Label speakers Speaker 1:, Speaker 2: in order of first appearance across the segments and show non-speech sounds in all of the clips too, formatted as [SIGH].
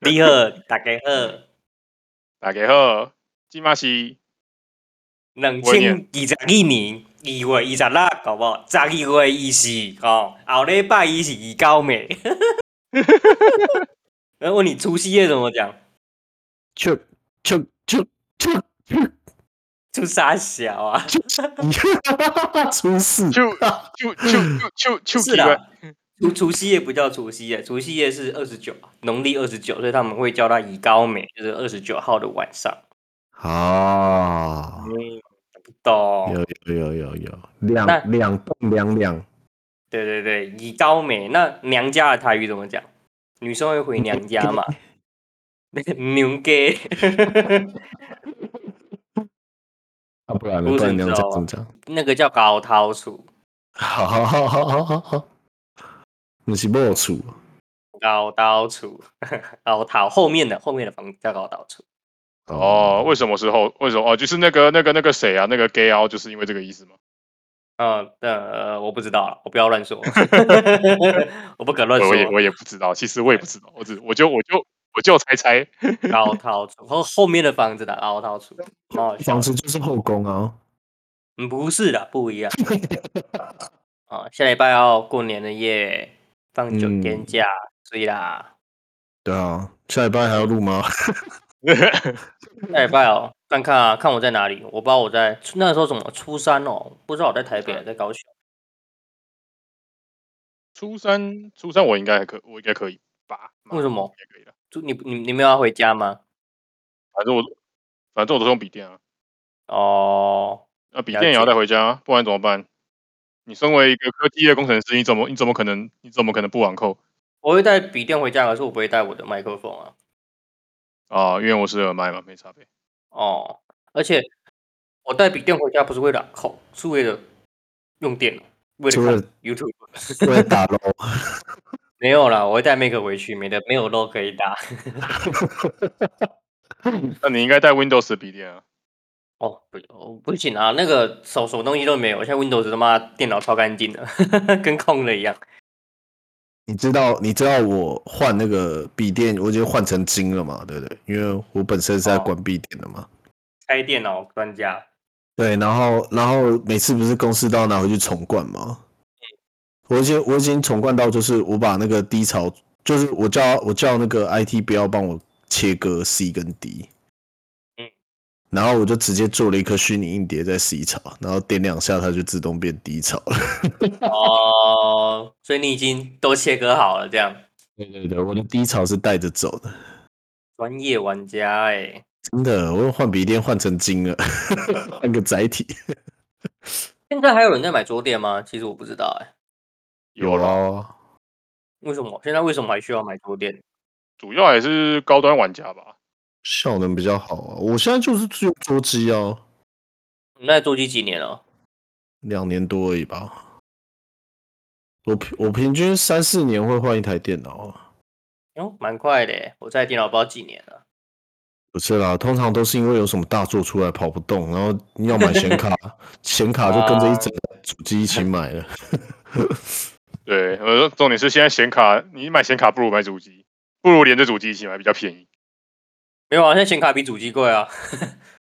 Speaker 1: 你好，大家好，
Speaker 2: 大家好，今嘛是
Speaker 1: 两
Speaker 2: 我
Speaker 1: 千
Speaker 2: 念
Speaker 1: 二十二年二月二十六，好不好？十二月二十哦，后礼拜一是二九美。 [LAUGHS] 然后问你除夕夜怎么讲？
Speaker 3: 就就就就
Speaker 1: 出啥小
Speaker 3: [LAUGHS]
Speaker 1: 啊？
Speaker 3: 出事
Speaker 2: 就就就就就
Speaker 1: 是啦，除除夕夜不叫除夕夜，除夕夜是二十九，农历二十九，所以他们会叫它乙高美，就是二十九号的晚上。
Speaker 3: 好，
Speaker 1: 嗯，不懂。
Speaker 3: 有有有有有，
Speaker 1: 那
Speaker 3: 两两栋两两，
Speaker 1: 对对对，以高美。那娘家的台语怎么讲？女生会回娘家嘛？娘家， [LAUGHS]
Speaker 3: 啊，不然
Speaker 1: 不
Speaker 3: 呢？
Speaker 1: 是
Speaker 3: 不然
Speaker 1: 你
Speaker 3: 娘
Speaker 1: 知
Speaker 3: 家
Speaker 1: 道
Speaker 3: 怎么
Speaker 1: 吗
Speaker 3: 讲？
Speaker 1: 那个叫高涛厝，
Speaker 3: 好好好好好好好，你是莫处，
Speaker 1: 高刀厝，高涛后面的后面的房子叫高刀厝。
Speaker 2: 哦，为什么时候？为什么？哦，就是那个那个那个谁啊，那个 gay 啊，就是因为这个意思吗？
Speaker 1: 嗯呃，我不知道了，我不要乱说， [LAUGHS] 我不敢乱
Speaker 2: 我
Speaker 1: 说。
Speaker 2: 我也我也不知道，其实我也不知道，我只我就我就我就猜猜。 [LAUGHS]
Speaker 1: 高涛厝后后面的房子的高涛厝，蛮好笑
Speaker 3: 房
Speaker 1: 的。
Speaker 3: 子就是后宫啊。
Speaker 1: 嗯，不是的，不一样。 [LAUGHS] 啊，下礼拜要过年了耶，放九天
Speaker 3: 嗯
Speaker 1: 假，所以啦，
Speaker 3: 对啊，下礼拜还要录
Speaker 1: [LAUGHS]
Speaker 3: 吗？
Speaker 1: 下礼拜哦，看看啊，看我在哪里，我不知道我在那时候怎么初三哦，不知道我在台北还是在高雄。
Speaker 2: 初三初三我应该还可，我应该可以吧？
Speaker 1: 为什么
Speaker 2: 应该可以了？
Speaker 1: 就你你你们要回家吗？
Speaker 2: 反正我反正我都是用笔电啊，
Speaker 1: 哦，
Speaker 2: 那笔
Speaker 1: 了
Speaker 2: 电也要
Speaker 1: 解
Speaker 2: 带回家啊，不然怎么办？你身为一个科技业工程师，你怎么你怎么可能你怎么可能不网扣
Speaker 1: 我会带笔电回家，可是我不会带我的麦克风啊。
Speaker 2: 啊？因为我是耳麦嘛，没差别。
Speaker 1: 哦，而且我带笔电回家不是为了口，是为了用电脑，为
Speaker 3: 是为
Speaker 1: 了看
Speaker 3: 了
Speaker 1: YouTube。 [LAUGHS]
Speaker 3: 我也打喽。
Speaker 1: 没有啦，我会带 Mac 回去，没得没有肉可以打。
Speaker 2: 那你应该带 Windows 的笔电啊。
Speaker 1: 哦，不，哦不行啊，那个手什么东西都没有，现在 Windows 他妈电脑超干净的， [LAUGHS] 跟空的一样。
Speaker 3: 你知道你知道我换那个笔电，我已经换成金了嘛，对不对？因为我本身是在
Speaker 1: 哦
Speaker 3: 关闭电的嘛。
Speaker 1: 开电脑专家，
Speaker 3: 对，然后然后每次不是公司都要拿回去重灌吗？我已经我已经重灌到，就是我把那个低潮，就是我叫我叫那个 IT 不要帮我切割 C 跟 D，
Speaker 1: 嗯
Speaker 3: 然后我就直接做了一颗虚拟硬碟在 C 槽，然后点两下它就自动变低潮了。
Speaker 1: 哦，所以你已经都切割好了，这样
Speaker 3: 对对对，我的低潮是带着走的，
Speaker 1: 专业玩家哎、
Speaker 3: 真的，我换笔电换成金了， [LAUGHS] 换个载体。
Speaker 1: 现在还有人在买桌垫吗？其实我不知道哎、
Speaker 2: 有了，
Speaker 3: 咯，
Speaker 1: 为什么现在为什么还需要买桌垫？
Speaker 2: 主要还是高端玩家吧。
Speaker 3: 效能比较好啊。我现在就是用桌机啊，
Speaker 1: 你那桌机几年了？
Speaker 3: 两年多而已吧。我平我平均三四年会换一台电脑啊，
Speaker 1: 哟，蛮快的、欸，我在电脑不知道几年了。
Speaker 3: 不是啦，通常都是因为有什么大作出来跑不动，然后要买显 [LAUGHS] 卡，显卡就跟着一整台主机一起买了。
Speaker 2: 对，我说重点是现在显卡，你买显卡不如买主机，不如连着主机一起买比较便宜。
Speaker 1: 没有啊，现在显卡比主机贵啊，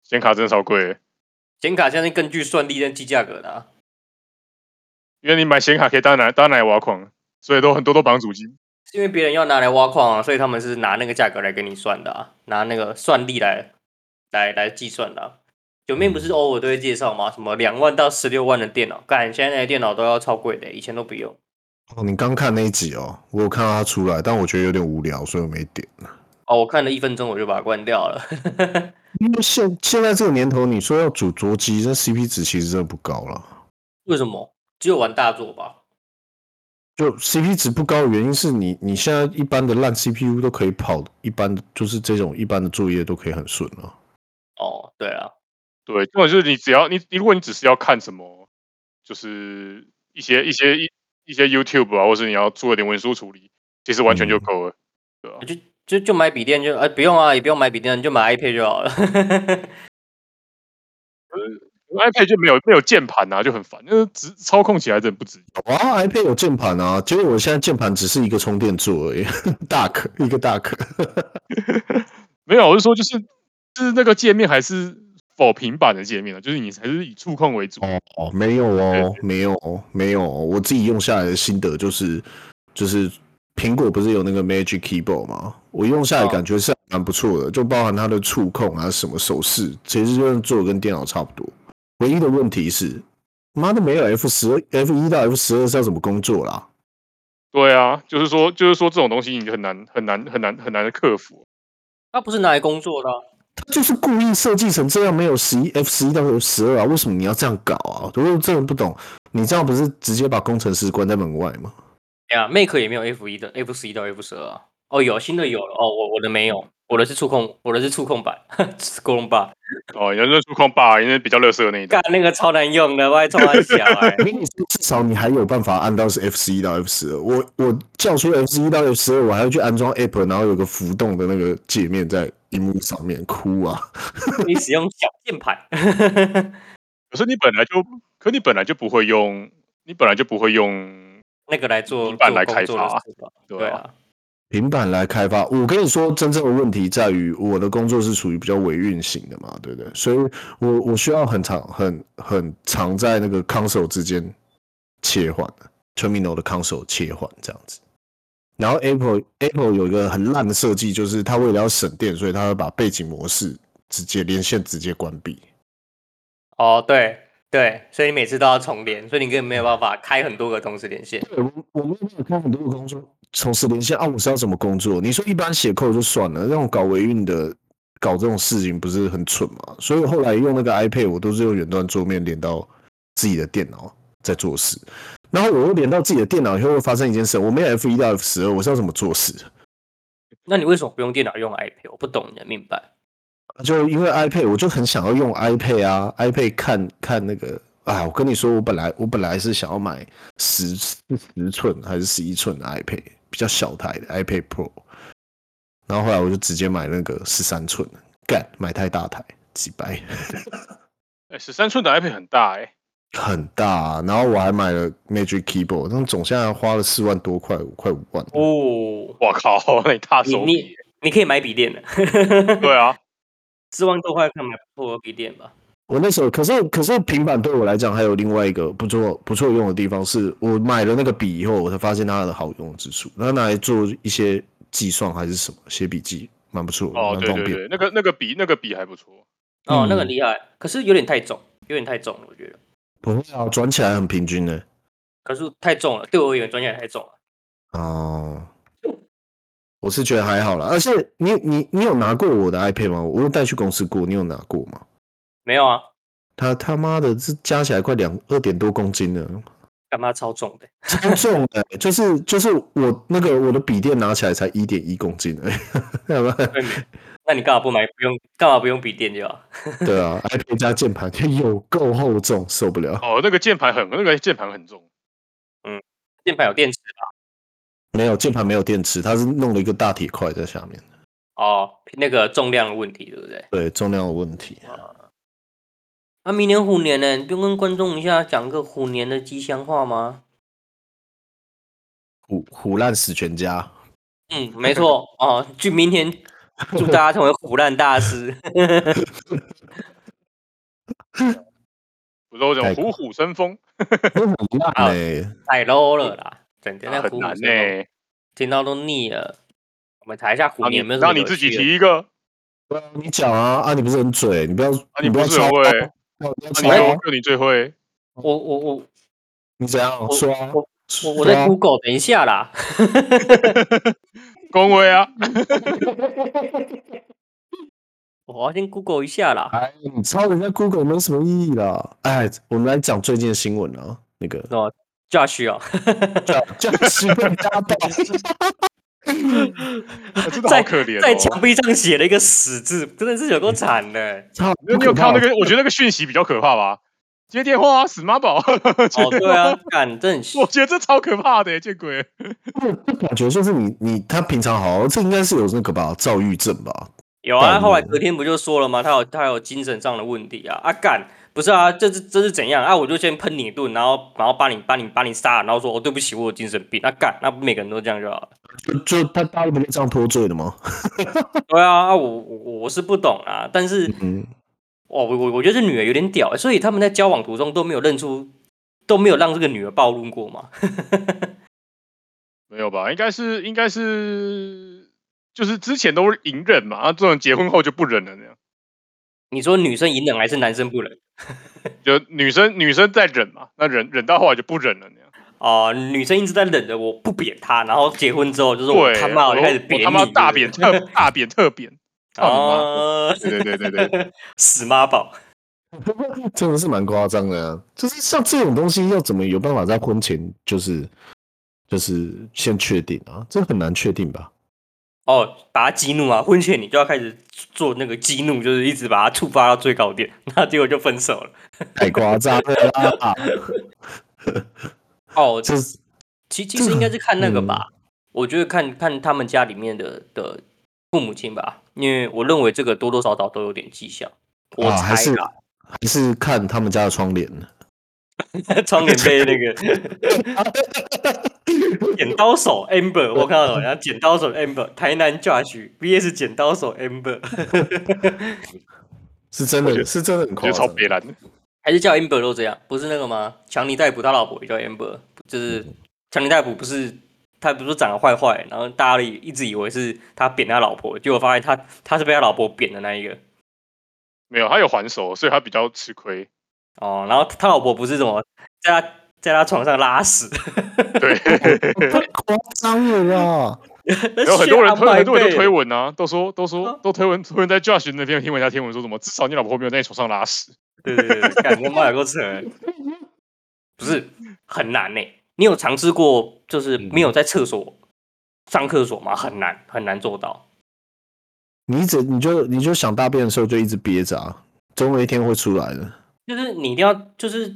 Speaker 2: 显卡真的超贵的，
Speaker 1: 显卡现在是根据算力跟计价格的、啊。
Speaker 2: 因为你买显卡可以当奶当奶挖矿，所以都很多都绑主机。
Speaker 1: 是因为别人要拿来挖矿啊，所以他们是拿那个价格来跟你算的啊，拿那个算力来来来计算的、啊。九妹不是偶尔都会介绍吗？什么两万到十六万的电脑，干现在的电脑都要超贵的、以前都不用。
Speaker 3: 哦，你刚看那一集哦，我有看到它出来，但我觉得有点无聊，所以我没点。
Speaker 1: 哦，我看了一分钟我就把它关掉了。 [LAUGHS]
Speaker 3: 因为现现在这个年头，你说要主桌机，这 CP 值其实真的不高了。
Speaker 1: 为什么？只有玩大作吧？
Speaker 3: 就 CP 值不高的原因是你你现在一般的烂 CPU 都可以跑，一般的就是这种一般的作业都可以很顺啊了、
Speaker 1: 哦，对啊，
Speaker 2: 对，重点就是你只要你，你如果你只是要看什么，就是一些一些一一些 YouTube 啊，或是你要做一点文书处理，其实完全就
Speaker 3: 嗯
Speaker 2: 够了，对吧、
Speaker 1: 就就就买笔电就哎、不用啊，也不用买笔电，你就买 iPad 就好了。 [LAUGHS]
Speaker 2: iPad 哎就没有没有键盘啊，就很烦，就是直操控起来真的不直。
Speaker 3: 有啊，iPad 有键盘啊，结果我现在键盘只是一个充电座而已， [LAUGHS] 大壳一个大壳。
Speaker 2: 没有，我是说就是就是那个界面还是否平板的界面啊，就是你还是以触控为主。
Speaker 3: 哦，没有哦，没有哦，没有哦。我自己用下来的心得就是，就是苹果不是有那个 Magic Keyboard 吗？我用下来
Speaker 1: 哦
Speaker 3: 感觉是还蛮不错的，就包含它的触控啊，什么手势，其实就是做得跟电脑差不多。唯一的问题是，妈的没有 F 十二、F 一到 F 十二是要怎么工作啦？
Speaker 2: 对啊，就是说就是说这种东西你很难很难很难很难的克服。
Speaker 1: 它不是拿来工作的啊、
Speaker 3: 他就是故意设计成这样，没有十一 F 十一到 F 十二啊？为什么你要这样搞啊？我真的不懂，你这样不是直接把工程师关在门外吗？
Speaker 1: 哎呀，Mac 也没有 F 一的 F 十一到 F 十二啊。哦，有新的有了哦，我我的没有，我的是触控，我 [LAUGHS] 的是触控板，勾龙吧，
Speaker 2: 哦，人家触控吧，因为比较乐色那一代
Speaker 1: 干。那个超难用的，我还超难想哎、 [LAUGHS]
Speaker 3: 我跟你说，至少你还有办法按到是 F 十一到 F 十二。我我叫出 F 十一到 F 十二，我还要去安装 App，然后有个浮动的那个界面在荧幕上面，哭啊！
Speaker 1: 可以使用小键盘。 [LAUGHS]
Speaker 2: 可是你本来就，可你本来就不会用，你本来就不会用，
Speaker 1: 那个来做
Speaker 2: 平板
Speaker 1: 做
Speaker 2: 来
Speaker 1: 工
Speaker 2: 开
Speaker 1: 作
Speaker 2: 发
Speaker 1: 的
Speaker 2: 啊
Speaker 1: 事吧
Speaker 2: 对
Speaker 1: 对
Speaker 2: 啊，
Speaker 1: 啊，
Speaker 3: 平板来开发，我跟你说，真正的问题在于我的工作是属于比较微运行的嘛，对不对？所以我我需要很长、很很长在那个 console 之间切换的 terminal 的 console 切换这样子。然后 Apple Apple 有一个很烂的设计，就是它为了要省电，所以它会把背景模式直接连线直接关闭。
Speaker 1: 哦对对，所以你每次都要重连，所以你根本没有办法开很多个同时连线。
Speaker 3: 对，我我们有看很多的工作，从事连线啊，我是要怎么工作？你说一般写扣就算了，那种搞维运的，搞这种事情不是很蠢吗？所以我后来用那个 iPad，我都是用远端桌面连到自己的电脑在做事。然后我又连到自己的电脑以后，会发生一件事，我没有 F 一到 F 十二，我是要怎么做事？
Speaker 1: 那你为什么不用电脑用 iPad？我不懂你的明白。
Speaker 3: 就因为 iPad，我就很想要用 iPad 啊，iPad 看看那个啊，我跟你说，我本来我本来是想要买十十寸还是十一寸的 iPad，比较小台的 iPad Pro，然后后来我就直接买那个十三寸的，干买太大台，几百，
Speaker 2: 哎，十三寸的 iPad 很大哎、
Speaker 3: 很大啊、然后我还买了 Magic Keyboard，那总现在花了四万多块，快五万。
Speaker 1: 哦，
Speaker 2: 我靠，那你大
Speaker 1: 你
Speaker 2: 手笔
Speaker 1: 你你可以买笔电的， [LAUGHS]
Speaker 2: 对啊，
Speaker 1: 四万多块可以买不错的笔电吧？
Speaker 3: 我那时候，可是可是平板对我来讲还有另外一个不错不错用的地方，是我买了那个笔以后，我才发现它的好用之处。它拿来做一些计算还是什么，写笔记蛮不错的，
Speaker 2: 哦
Speaker 3: 蛮
Speaker 2: 对
Speaker 3: 方
Speaker 2: 对
Speaker 3: 便。
Speaker 2: 对，那个那个笔那个笔还不错，
Speaker 1: 哦，那个
Speaker 3: 嗯
Speaker 1: 很厉害，可是有点太重，有点太重了，我觉得。
Speaker 3: 不会啊，转起来很平均的、
Speaker 1: 可是太重了，对我而言转起来太重了。
Speaker 3: 哦，我是觉得还好啦。而且你你你有拿过我的 iPad 吗？我有带去公司过，你有拿过吗？
Speaker 1: 没有啊，
Speaker 3: 它他妈的，这加起来快两二点多公斤了。
Speaker 1: 干嘛超重的？
Speaker 3: 超重的、欸就是就是我那个我的笔电拿起来才一点一公斤而已， [LAUGHS] 要不然
Speaker 1: 对没那你干嘛不买？不用干嘛不用笔电就好？
Speaker 3: [LAUGHS] 对啊，iPad 加键盘有够厚重，受不了。
Speaker 2: 哦，那个键盘很那个键盘很重，
Speaker 1: 键盘有电池吧？
Speaker 3: 没有键盘没有电池，它是弄了一个大铁块在下面，
Speaker 1: 哦，那个重量的问题，对不对？
Speaker 3: 对重量有问题。
Speaker 1: 那、明年虎年呢？你不用跟观众一下讲个虎年的吉祥话吗？
Speaker 3: 虎虎烂死全
Speaker 2: [LAUGHS]
Speaker 3: 家，
Speaker 1: 嗯，没错哦，就明天祝大家成为虎烂大师。
Speaker 2: 不是我
Speaker 3: 太
Speaker 2: 讲虎虎生
Speaker 1: [LAUGHS]
Speaker 2: 风，
Speaker 3: 都很烂欸
Speaker 1: 啊
Speaker 3: 嘞、
Speaker 1: 太 low 了啦，整天在
Speaker 2: 啊很
Speaker 1: 虎虎
Speaker 2: 难欸
Speaker 1: 生
Speaker 2: 呢、
Speaker 1: 风，听到都腻了。我们查一下虎
Speaker 2: 那你
Speaker 1: 年有没有什
Speaker 2: 那
Speaker 1: 么
Speaker 2: 你
Speaker 1: 有
Speaker 2: 自己
Speaker 1: 趣的
Speaker 2: 提一个，
Speaker 3: 对啊，你讲啊啊，你不是很嘴，你不要、
Speaker 2: 啊你
Speaker 3: 不
Speaker 2: 不
Speaker 3: 要
Speaker 2: 是
Speaker 3: 抄啊，
Speaker 2: 很会，
Speaker 3: 不要不要
Speaker 2: 那你
Speaker 3: 抄
Speaker 2: 就
Speaker 3: 啊，
Speaker 2: 就你最会，
Speaker 1: 我我我
Speaker 3: 你怎样说啊？
Speaker 1: 我我我
Speaker 3: 说
Speaker 1: 在
Speaker 3: 啊
Speaker 1: Google 等一下啦。
Speaker 2: 恭维啊，
Speaker 1: 我要先 Google 一下啦。
Speaker 3: 哎，你抄人家 Google 没什么意义啦。哎，我们来讲最近的新闻啊，那个
Speaker 1: 哦， Josh 啊，
Speaker 3: 叫
Speaker 2: [LAUGHS]
Speaker 3: 十倍家暴，
Speaker 2: 哦啊真的
Speaker 1: 在
Speaker 2: 好可怜
Speaker 1: 在
Speaker 2: 哦。
Speaker 1: 墙壁上写了一个死字，真的是有
Speaker 2: [LAUGHS]
Speaker 1: 够惨的、欸
Speaker 3: 操！
Speaker 2: 你有你有看到那个？我觉得那个讯息比较可怕吧？接电话啊，死妈宝！
Speaker 1: 哦，对啊，干，真的很
Speaker 2: [LAUGHS] 我觉得这超可怕的，见鬼！
Speaker 3: 不不感觉就是你你他平常好，这应该是有那个吧，躁郁症吧？
Speaker 1: 有啊，
Speaker 3: 暴
Speaker 1: 后来
Speaker 3: 怒
Speaker 1: 隔天不就说了吗？他有他有精神上的问题啊！啊干，不是啊，这是这是怎样啊？我就先喷你一顿，然后然后把你把你把你杀了，然后说哦对不起，我有精神病。那、干，那不每个人都这样就好了。
Speaker 3: 就就他大家不是这样脱罪的吗？
Speaker 1: 对啊，啊我我我是不懂啊，但是
Speaker 3: 嗯，
Speaker 1: 哦我我我觉得这女儿有点屌欸、所以他们在交往途中都没有认出，都没有让这个女儿暴露过嘛。
Speaker 2: 没有吧？应该是应该是就是之前都隐忍嘛，啊，这种结婚后就不忍了那样。
Speaker 1: [LAUGHS] 你说女生隐忍还是男生不忍？
Speaker 2: 就女生女生在忍嘛，那忍忍到后来就不忍了那样。
Speaker 1: 哦、女生一直在忍着我不扁她，然后结婚之后就是我
Speaker 2: 对，
Speaker 1: 他妈
Speaker 2: 我
Speaker 1: 我就开始扁
Speaker 2: 我
Speaker 1: 你，
Speaker 2: 他妈大
Speaker 1: 对 [LAUGHS]
Speaker 2: 扁特大扁特扁，
Speaker 1: 不对
Speaker 2: 操你妈！
Speaker 1: 啊，
Speaker 2: 对对对
Speaker 1: [LAUGHS]
Speaker 2: 对对，
Speaker 1: 死妈宝。
Speaker 3: 真的是蛮夸张的、啊。就是像这种东西，要怎么有办法在婚前就是就是先确定啊？这很难确定吧？
Speaker 1: 哦，把他激怒啊！婚前你就要开始做那个激怒，就是一直把他触发到最高点，那结果就分手了。
Speaker 3: 太夸张了 [LAUGHS] 啊！
Speaker 1: 哦，
Speaker 3: 这是
Speaker 1: 其其
Speaker 3: 这
Speaker 1: 实
Speaker 3: 个
Speaker 1: 应该是看那个
Speaker 3: 嗯
Speaker 1: 吧，我觉得看看他们家里面的的父母亲吧，因为我认为这个多多少少都有点迹象。我
Speaker 3: 啊还
Speaker 1: 猜
Speaker 3: 是
Speaker 1: 啦， [LAUGHS]
Speaker 3: 还是看他们家的窗帘。
Speaker 1: 窗帘被那
Speaker 3: [LAUGHS]
Speaker 1: 个剪刀手 Amber，我看到了，然后剪刀手 Amber，台南 Josh VS 剪刀手 Amber，
Speaker 3: 是真的，是真的很
Speaker 2: 我
Speaker 3: 夸
Speaker 2: 觉得
Speaker 3: 张
Speaker 2: 超。北蓝的。
Speaker 1: 还是叫 Amber 都这样，不是那个吗？强尼戴普他老婆也叫 Amber，就是
Speaker 2: 嗯
Speaker 1: 强尼戴普不是他不是长得坏坏，然后大家一直以为是他扁他老婆，结果发现他他是被他老婆扁的那一个
Speaker 2: 没有，他有还手，所以他比较吃亏。
Speaker 1: 哦，然后他老婆不是什么在他在他床上拉屎， [LAUGHS]
Speaker 2: 对，
Speaker 3: 太夸张了啦！
Speaker 2: 有
Speaker 1: 有
Speaker 2: 很
Speaker 1: [LAUGHS]
Speaker 2: 多人推，很多人就推文啊，都说都说
Speaker 1: 啊
Speaker 2: 都推文，推文在 Josh 那篇听文家贴文说什么，至少你老婆没有在你床上拉屎。
Speaker 1: 对对对，对干他妈有够扯的，不是很难呢、你有尝试过就是
Speaker 2: 嗯
Speaker 1: 没有在厕所上厕所吗？很难很难做到。
Speaker 3: 你一直你就你就想大便的时候就一直憋着啊，总有一天会出来的。
Speaker 1: 就是你一定要，就是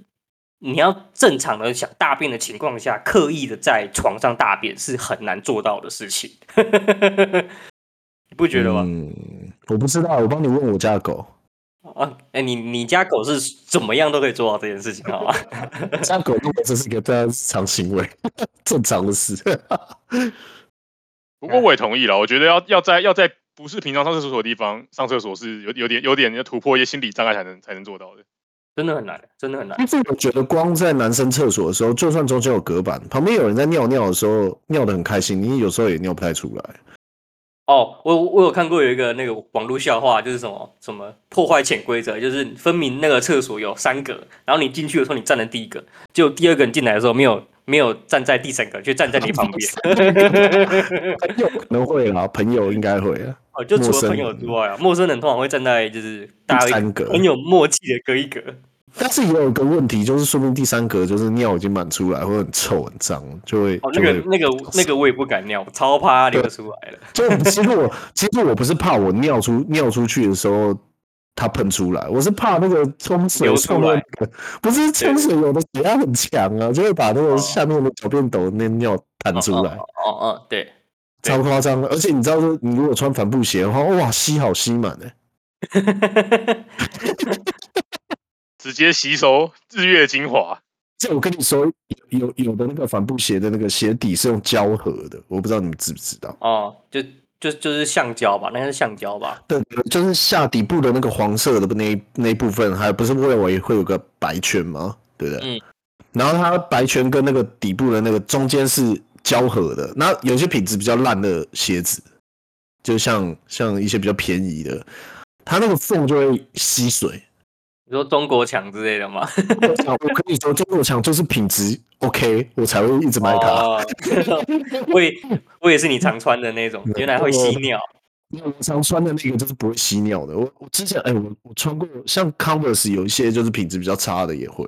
Speaker 1: 你要正常的想大便的情况下，刻意的在床上大便是很难做到的事情，你不觉得吗？
Speaker 3: 嗯，我不知道，我帮你问我家的狗，
Speaker 1: 啊，哎、你你家狗是怎么样都可以做到这件事情，好吗？
Speaker 3: [LAUGHS] 家狗如果这是一个大家日常行为，正常的事。 [LAUGHS]
Speaker 2: 不过我也同意了，我觉得要要在要在不是平常上厕所的地方上厕所是有有点有点要突破一些心理障碍才能才能做到的。
Speaker 1: [LAUGHS] 真的很难，真的很难。
Speaker 3: 但是我觉得光在男生厕所的时候，就算中间有隔板，旁边有人在尿尿的时候尿得很开心，你有时候也尿不太出来。 [LAUGHS]
Speaker 1: 哦，我我有看过有一个那个网络笑话，就是什么什么破坏潜规则，就是分明那个厕所有三格，然后你进去的时候你站了第一个，结果第二个人进来的时候没有没有站在第三个，就站在你旁边。
Speaker 3: 朋友可能会啦，朋友应该会啊。
Speaker 1: 哦，就除
Speaker 3: 陌
Speaker 1: 了
Speaker 3: 生
Speaker 1: 朋友
Speaker 3: 人
Speaker 1: 之外啊，陌生人通常会站在就是大家
Speaker 3: 第
Speaker 1: 会
Speaker 3: 三格
Speaker 1: 很有默契的隔一格。
Speaker 3: 但是也有一个问题，就是说不定第三格就是尿已经满出来，会很臭很脏，就会
Speaker 1: 哦，
Speaker 3: 就
Speaker 1: 那
Speaker 3: 会
Speaker 1: 个那个那个我也不敢尿，我超怕它流出来 [LAUGHS] 了。
Speaker 3: 就其实我其实我不是怕我尿出尿出去的时候它喷出来，我是怕那个冲水
Speaker 1: 流出
Speaker 3: 上面
Speaker 1: 来
Speaker 3: 那个，不是冲水有的水它很强啊，就会把那
Speaker 1: 哦
Speaker 3: 个下面的小便斗那尿弹出来，
Speaker 1: 哦哦哦哦，对， [LAUGHS] 对
Speaker 3: 超夸张的。而且你知道，说你如果穿帆布鞋的话，哇，吸好吸满哎、
Speaker 2: 直接吸收日月精华，
Speaker 3: 这我跟你说，有有有的那个帆布鞋的那个鞋底是用胶合的，我不知道你们知不知道。
Speaker 1: 哦，就就就是橡胶吧，那个是橡胶吧？
Speaker 3: 对，就是下底部的那个黄色的那一那一部分，还不是外围会有个白圈吗？对不对？
Speaker 1: 嗯。
Speaker 3: 然后它白圈跟那个底部的那个中间是胶合的。那有些品质比较烂的鞋子，就像像一些比较便宜的，它那个缝就会吸水。
Speaker 1: 你说中国墙之类的吗？
Speaker 3: 我跟你说，中国强就是品质 OK，我才会一直买它。
Speaker 1: 哦， [LAUGHS] 我也我也是你常穿的那种，原来会吸尿。
Speaker 3: 那我常穿的那个就是不会吸尿的。我我之前哎、我我穿过像 Converse 有一些就是品质比较差的也会。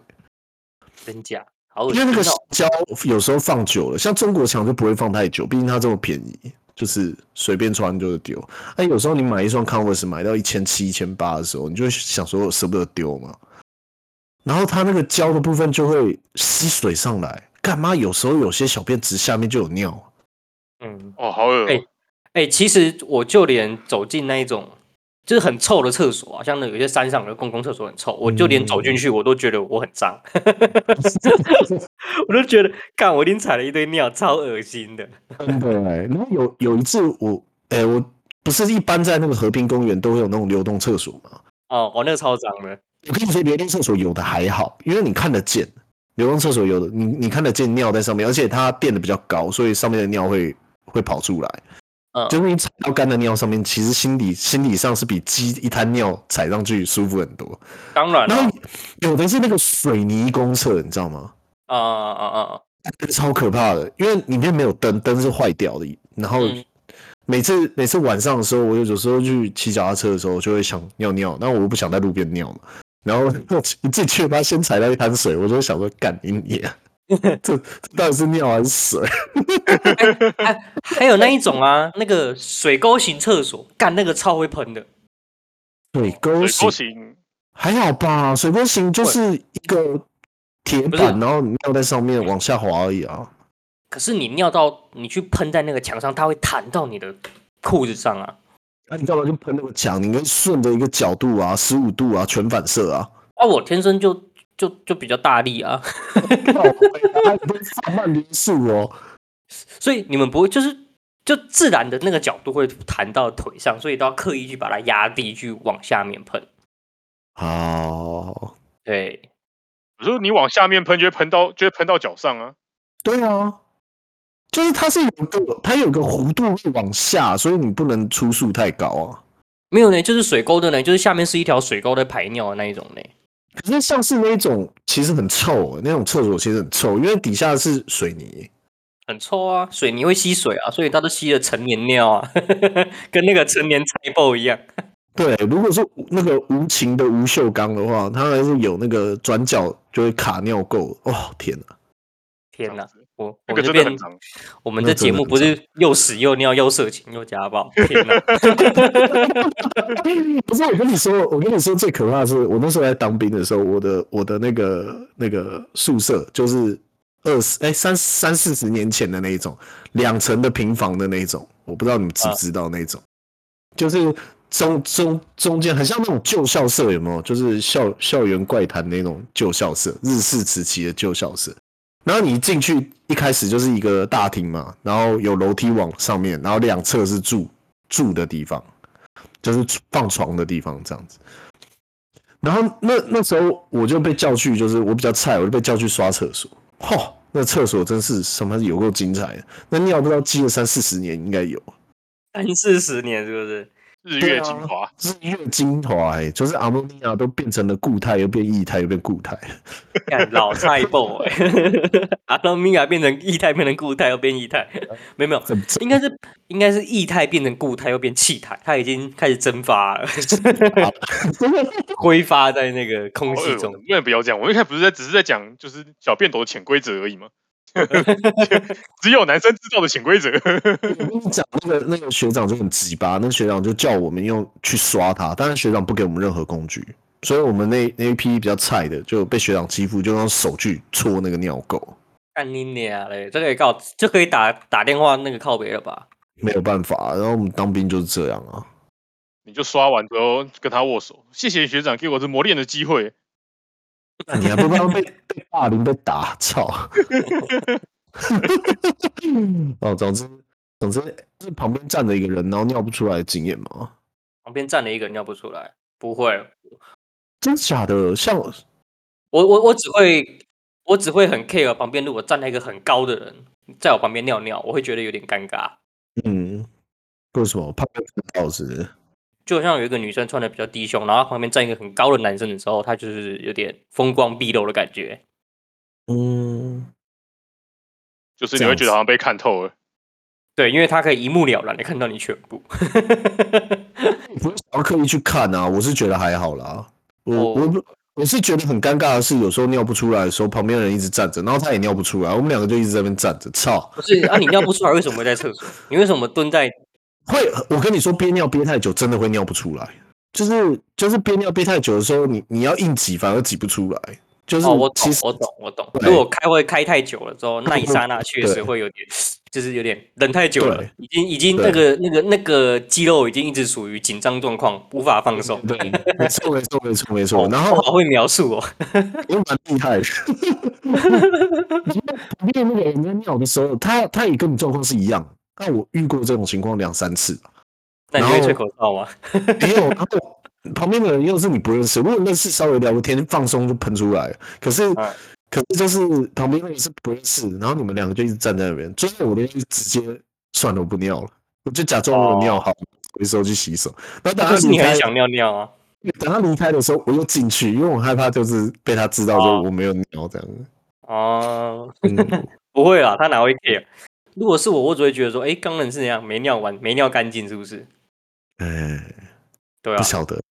Speaker 1: 真假？好恶
Speaker 3: 因
Speaker 1: 心
Speaker 3: 为那个
Speaker 1: 哦！
Speaker 3: 胶有时候放久了，像中国墙就不会放太久，毕竟它这么便宜，就是随便穿就是丢。那、有时候你买一双 Converse 买到一千七、一千八的时候，你就会想说舍不得丢嘛。然后它那个胶的部分就会吸水上来，干嘛？有时候有些小便池下面就有尿，
Speaker 1: 嗯，
Speaker 2: 哦，好恶、
Speaker 1: 哎哎、其实我就连走进那一种就是很臭的厕所啊，像那有些山上的公共厕所很臭，我就连走
Speaker 3: 嗯
Speaker 1: 进去我都觉得我很脏， [LAUGHS] 我都觉得干我一定踩了一堆尿，超恶心的。
Speaker 3: 真的欸。然后有有一次我，哎、我不是一般在那个和平公园都会有那种流动厕所吗？
Speaker 1: 哦，我那个超脏的。
Speaker 3: 我跟你说，流动厕所有的还好，因为你看得见。流动厕所有的，你你看得见尿在上面，而且它垫的比较高，所以上面的尿会会跑出来。
Speaker 1: 嗯
Speaker 3: 就是你踩到干的尿上面，其实心理心理上是比鸡一滩尿踩上去舒服很多。
Speaker 1: 当然了
Speaker 3: 然后有的是那个水泥公厕，你知道吗？
Speaker 1: 啊啊啊啊啊！
Speaker 3: 超可怕的，因为里面没有灯，灯是坏掉的。然后
Speaker 1: 嗯
Speaker 3: 每次每次晚上的时候，我有时候去骑脚踏车的时候，就会想尿尿，但我又不想在路边尿嘛。然后我一进去，妈先踩到一滩水，我就想说，干你你、啊，这这到底是尿还是水？
Speaker 1: 还有那一种啊，那个水沟型厕所，干那个超会喷的。
Speaker 3: 水沟型
Speaker 2: 水沟型
Speaker 3: 还好吧，水沟型就是一个铁板，然后你尿在上面往下滑而已啊。
Speaker 1: 可是你尿到你去喷在那个墙上，它会弹到你的裤子上啊！
Speaker 3: 那、你干嘛就喷那么强？你应该顺着一个角度啊，十五度啊，全反射啊。
Speaker 1: 啊，我天生就就就比较大力啊，
Speaker 3: 靠北啊你不是放慢流速哦。
Speaker 1: 所以你们不会就是就自然的那个角度会弹到腿上，所以都要刻意去把它压低，去往下面喷。
Speaker 3: 好，
Speaker 1: 对，
Speaker 2: 可是你往下面喷，就会喷到，就会喷到脚上啊。
Speaker 3: 对啊，就是它是有一个它有一个弧度会往下，所以你不能出速太高啊。
Speaker 1: 没有呢，就是水沟的呢，就是下面是一条水沟在排尿的那一种呢。
Speaker 3: 可是像是那种其实很臭欸，那种厕所其实很臭，因为底下是水泥。
Speaker 1: 很臭啊，水泥会吸水啊，所以它都吸了成年尿啊， [LAUGHS] 跟那个成年菜包一样。
Speaker 3: 对，如果是那个无情的无锈钢的话，它还是有那个转角就会卡尿垢。哦，天哪！
Speaker 1: 天哪，我我
Speaker 2: 这
Speaker 1: 们
Speaker 2: 个
Speaker 1: 这
Speaker 2: 真的
Speaker 1: 边
Speaker 2: 很长。
Speaker 1: 我们
Speaker 3: 那
Speaker 1: 这
Speaker 3: 真
Speaker 1: 节
Speaker 3: 的
Speaker 1: 目
Speaker 3: 很
Speaker 1: 不是又屎又尿又色情又家
Speaker 2: [LAUGHS]
Speaker 1: 暴，天
Speaker 3: [LAUGHS]
Speaker 1: 哪！
Speaker 3: 不是，我跟你说，我跟你说，最可怕的是，我那时候在当兵的时候，我的我的那个那个宿舍就是二十哎三三四十年前的那一种，两层的平房的那一种，我不知道你们知不知道那一种，就是中中中间很像那种旧校舍，有没有？就是校校园怪谈那种旧校舍，日式时期的旧校舍。然后你一进去，一开始就是一个大厅嘛，然后有楼梯往上面，然后两侧是住住的地方，就是放床的地方这样子。然后那那时候我就被叫去，就是我比较菜，我就被叫去刷厕所。嚯，那厕所真是什么有够精彩的，那尿不知道积了三四十年应该有，
Speaker 1: 三四十年是不是？
Speaker 2: 日
Speaker 3: 对
Speaker 2: 月
Speaker 3: 啊
Speaker 2: 精华，
Speaker 3: 是越精华、欸，就是阿莫尼亚都变成了固态，又变液态，又变固态。
Speaker 1: 看老菜包、欸， [LAUGHS] 阿拉米亚变成液态，变成固态，又变液态，
Speaker 2: 嗯
Speaker 1: 没有没有，
Speaker 3: 很正
Speaker 1: 应该是应该是液态变成固态，又变气态，它已经开始蒸发了， [LAUGHS] 挥发在那个空
Speaker 2: 好恶
Speaker 1: 气
Speaker 2: 哦
Speaker 1: 中。
Speaker 2: 能不能不要这样？我们一开始不是在只是在讲就是小便斗的潜规则而已
Speaker 1: [LAUGHS]
Speaker 2: 吗？只有男生知道的潜规则。 [LAUGHS]
Speaker 3: 我跟 [LAUGHS] 你讲，那个那个学长就很急吧，那学长就叫我们用去刷他，但是学长不给我们任何工具，所以我们那那一批比较菜的就被学长欺负，就用手去搓那个尿垢，
Speaker 1: 干你娘嘞！这个也告就可以打打电话那个靠别了吧？
Speaker 3: 没有办法。然后我们当兵就是这样啊，
Speaker 2: 你就刷完之后跟他握手，谢谢学长给我这磨练的机会。
Speaker 3: 你还不帮被 [LAUGHS] 被霸凌被打，操！ [LAUGHS] 哦，总之总之是旁边站着一个人，然后尿不出来的经验嘛。
Speaker 1: 旁边站了一个人尿不出来，不会，
Speaker 3: 真的假的？像我
Speaker 1: 我我我只会我只会很 care 旁边如果站了一个很高的人在我旁边尿尿，我会觉得有点尴尬。
Speaker 3: 嗯，为什么怕被看到是不是？
Speaker 1: 就好像有一个女生穿的比较低胸，然后她旁边站一个很高的男生的时候，她就是有点风光毕露的感觉。
Speaker 3: 嗯，
Speaker 2: 就是你会觉得好像被看透了。
Speaker 1: 对，因为她可以一目了然的看到你全部。
Speaker 3: 不是想要刻意去看啊，我是觉得还好啦。我、
Speaker 1: 哦
Speaker 3: 我不我是觉得很尴尬的是，有时候尿不出来的时候，旁边的人一直站着，然后他也尿不出来，我们两个就一直在那边站着，操！
Speaker 1: 不是啊？你尿不出来为什么会在厕所？你为什么蹲在？
Speaker 3: 会，我跟你说，憋尿憋太久真的会尿不出来，就是就是憋尿憋太久的时候，你你要硬挤反而挤不出来，就是
Speaker 1: 哦，我
Speaker 3: 其
Speaker 1: 懂
Speaker 3: 实，
Speaker 1: 我懂，我懂。
Speaker 3: 对
Speaker 1: 如果开会开太久了之后，那一刹那确实
Speaker 3: [LAUGHS] 对
Speaker 1: 会有点，就是有点忍太久了
Speaker 3: 对，
Speaker 1: 已经已经
Speaker 3: 对
Speaker 1: 那个那个那个肌肉已经一直处于紧张状况，无法放松。
Speaker 3: 对，没错没错没错没
Speaker 1: 哦
Speaker 3: 错，然
Speaker 1: 我
Speaker 3: 后
Speaker 1: 好会描述哦，
Speaker 3: 也蛮厉害的。 [LAUGHS] 旁边那个人在尿的时候，他他也跟你状况是一样，但我遇过这种情况两三次，
Speaker 1: 那你会
Speaker 3: 然后
Speaker 1: 吹口哨吗？
Speaker 3: [LAUGHS] 没有，然后旁边的人又是你不认识，如果认识稍微聊个天放松就喷出来了，可是、
Speaker 1: 嗯
Speaker 3: 可是就是旁边那个是不认识，然后你们两个就一直站在那边，最后我就直接算了，我不尿了，我就假装我有尿好，回收去洗手，然后等他
Speaker 1: 就是
Speaker 3: 离
Speaker 1: [LAUGHS] 你
Speaker 3: 开
Speaker 1: 很，想尿尿啊。
Speaker 3: 等他离开的时候我又进去，因为我害怕就是被他知道说我没有尿这样。
Speaker 1: 哦， [LAUGHS]
Speaker 3: 嗯，
Speaker 1: 不会啦，他哪会 care？如果是我，我只会觉得说，哎，刚人是那样，没尿完，没尿干净，是不是？
Speaker 3: 哎，
Speaker 1: 对啊
Speaker 3: 不，晓得，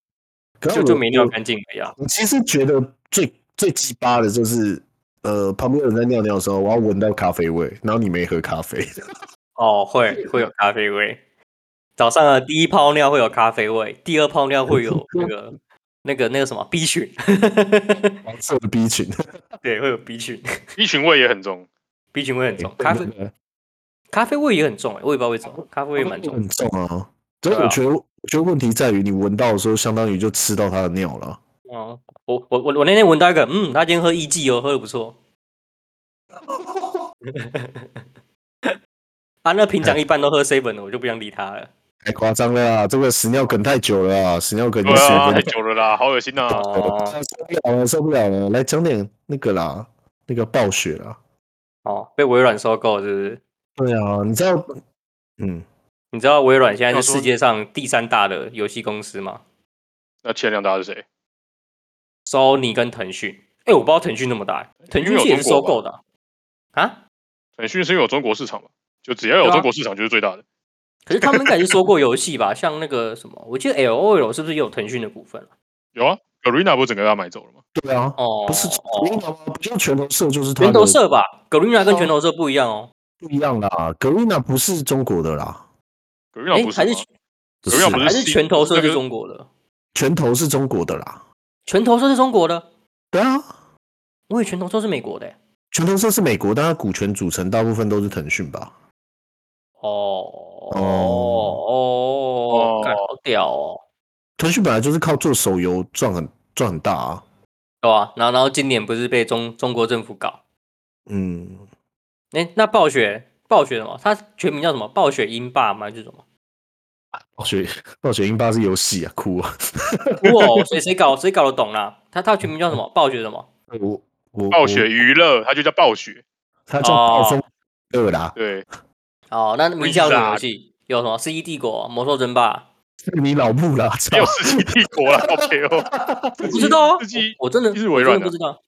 Speaker 3: 可是
Speaker 1: 就
Speaker 3: 我
Speaker 1: 就没尿
Speaker 3: 我
Speaker 1: 干净而已啊。
Speaker 3: 我其实觉得最最鸡巴的就是，呃，旁边有人在尿尿的时候，我要闻到咖啡味，然后你没喝咖啡， [LAUGHS]
Speaker 1: 哦，会会有咖啡味。早上的第一泡尿会有咖啡味，第二泡尿会
Speaker 2: [LAUGHS]
Speaker 1: 有那个那个那个什么 B 群， [LAUGHS]
Speaker 3: 黄色的 B 群，
Speaker 1: 对，会有 B 群
Speaker 2: 一群味也很
Speaker 1: [LAUGHS]
Speaker 2: 重，
Speaker 1: ，B 群味很重，咖啡咖啡味也很重、欸，我也不知道为什么，咖啡味
Speaker 2: [LAUGHS]
Speaker 1: 蛮重
Speaker 3: 很
Speaker 1: 的。
Speaker 3: 重啊。所以
Speaker 1: 对啊
Speaker 3: 我觉得，我觉得问题在于你闻到的时候，相当于就吃到他的尿了。
Speaker 1: 哦，我我我我那天闻到一个，嗯，他今天喝一季哦，喝的不错。啊，那平常一般都喝 seven 的，我就不想理他了。
Speaker 3: 太夸张了啦！这个屎尿梗太久了啊，屎尿梗就
Speaker 2: 对
Speaker 3: 十
Speaker 2: 啊，太
Speaker 3: 分
Speaker 2: 久了啦，好恶心呐、啊！
Speaker 1: 哎哦
Speaker 3: 钟，受不了了，受不了了！来讲点那个啦，那个暴雪啦。
Speaker 1: 哦，被微软收购是不是？
Speaker 3: 对啊，你知道，嗯，
Speaker 1: 你知道微软现在
Speaker 2: 要
Speaker 1: 是
Speaker 2: 说
Speaker 1: 世界上第三大的游戏公司吗？
Speaker 2: 那前两大是谁？
Speaker 1: Sony 跟腾讯。哎、我不知道腾讯那么大、腾
Speaker 2: 因
Speaker 1: 讯
Speaker 2: 为有
Speaker 1: 也是
Speaker 2: 中国
Speaker 1: 收购的啊啊。
Speaker 2: 腾讯是因为有中国市场嘛？就只要有
Speaker 1: 对啊
Speaker 2: 中国市场就是最大的。
Speaker 1: 可是他们应该也是收购游戏吧？像那个什么，我记得 L O L 是不是也有腾讯的股份啊
Speaker 2: 有啊，Garena 不是整个给他买走了吗？
Speaker 3: 对啊，
Speaker 1: 哦，
Speaker 3: 不是
Speaker 1: 哦
Speaker 3: 拳头吗？不就拳头社就是他
Speaker 1: 拳头
Speaker 3: 的
Speaker 1: 社吧？Garena 跟
Speaker 3: 哦
Speaker 1: 拳头社不一样哦。
Speaker 3: 不一样啦，Garena 不是中国的啦，
Speaker 1: 哎、
Speaker 2: Garena 不是
Speaker 1: 还
Speaker 2: 吗
Speaker 1: 是
Speaker 3: 不
Speaker 2: ，Garena
Speaker 3: 啦
Speaker 2: 不是
Speaker 1: 还是
Speaker 2: 西
Speaker 1: 拳头社
Speaker 2: 那
Speaker 1: 是
Speaker 2: 个
Speaker 1: 中国的？
Speaker 3: 拳头是中国的啦。
Speaker 1: 拳头社是中国的，
Speaker 3: 对啊，
Speaker 1: 我以为拳头社是美国的欸、
Speaker 3: 拳头社是美国，但它股权组成大部分都是腾讯吧？
Speaker 1: 哦
Speaker 3: 哦
Speaker 1: 哦哦，干好屌哦！
Speaker 3: 腾讯本来就是靠做手游赚很赚很大啊。
Speaker 1: 对啊，然后然后今年不是被中中国政府搞？
Speaker 3: 嗯，
Speaker 1: 哎、那暴雪暴雪什么？它全名叫什么？暴雪英霸吗？还是什么？
Speaker 3: 暴雪暴雪英霸是游戏啊，哭啊！
Speaker 1: 酷哦，谁谁搞谁搞得懂啦？他他全名叫什 [LAUGHS] 么？暴雪什么？
Speaker 3: 我我
Speaker 2: 暴雪，哦娱乐，它就叫暴雪。
Speaker 3: 他叫暴风二啦，
Speaker 2: 对，
Speaker 1: 哦，那名下有什么
Speaker 2: Blizzard
Speaker 1: 游戏？有什么《世纪帝国》《魔兽争霸
Speaker 3: 是你老木啦，操
Speaker 2: 没有！世纪帝国了，OK 哦。》？
Speaker 1: 我不知
Speaker 2: [LAUGHS]
Speaker 1: 道啊
Speaker 2: 世纪，
Speaker 1: 我我真的
Speaker 2: 是微软
Speaker 1: 我真的不知道。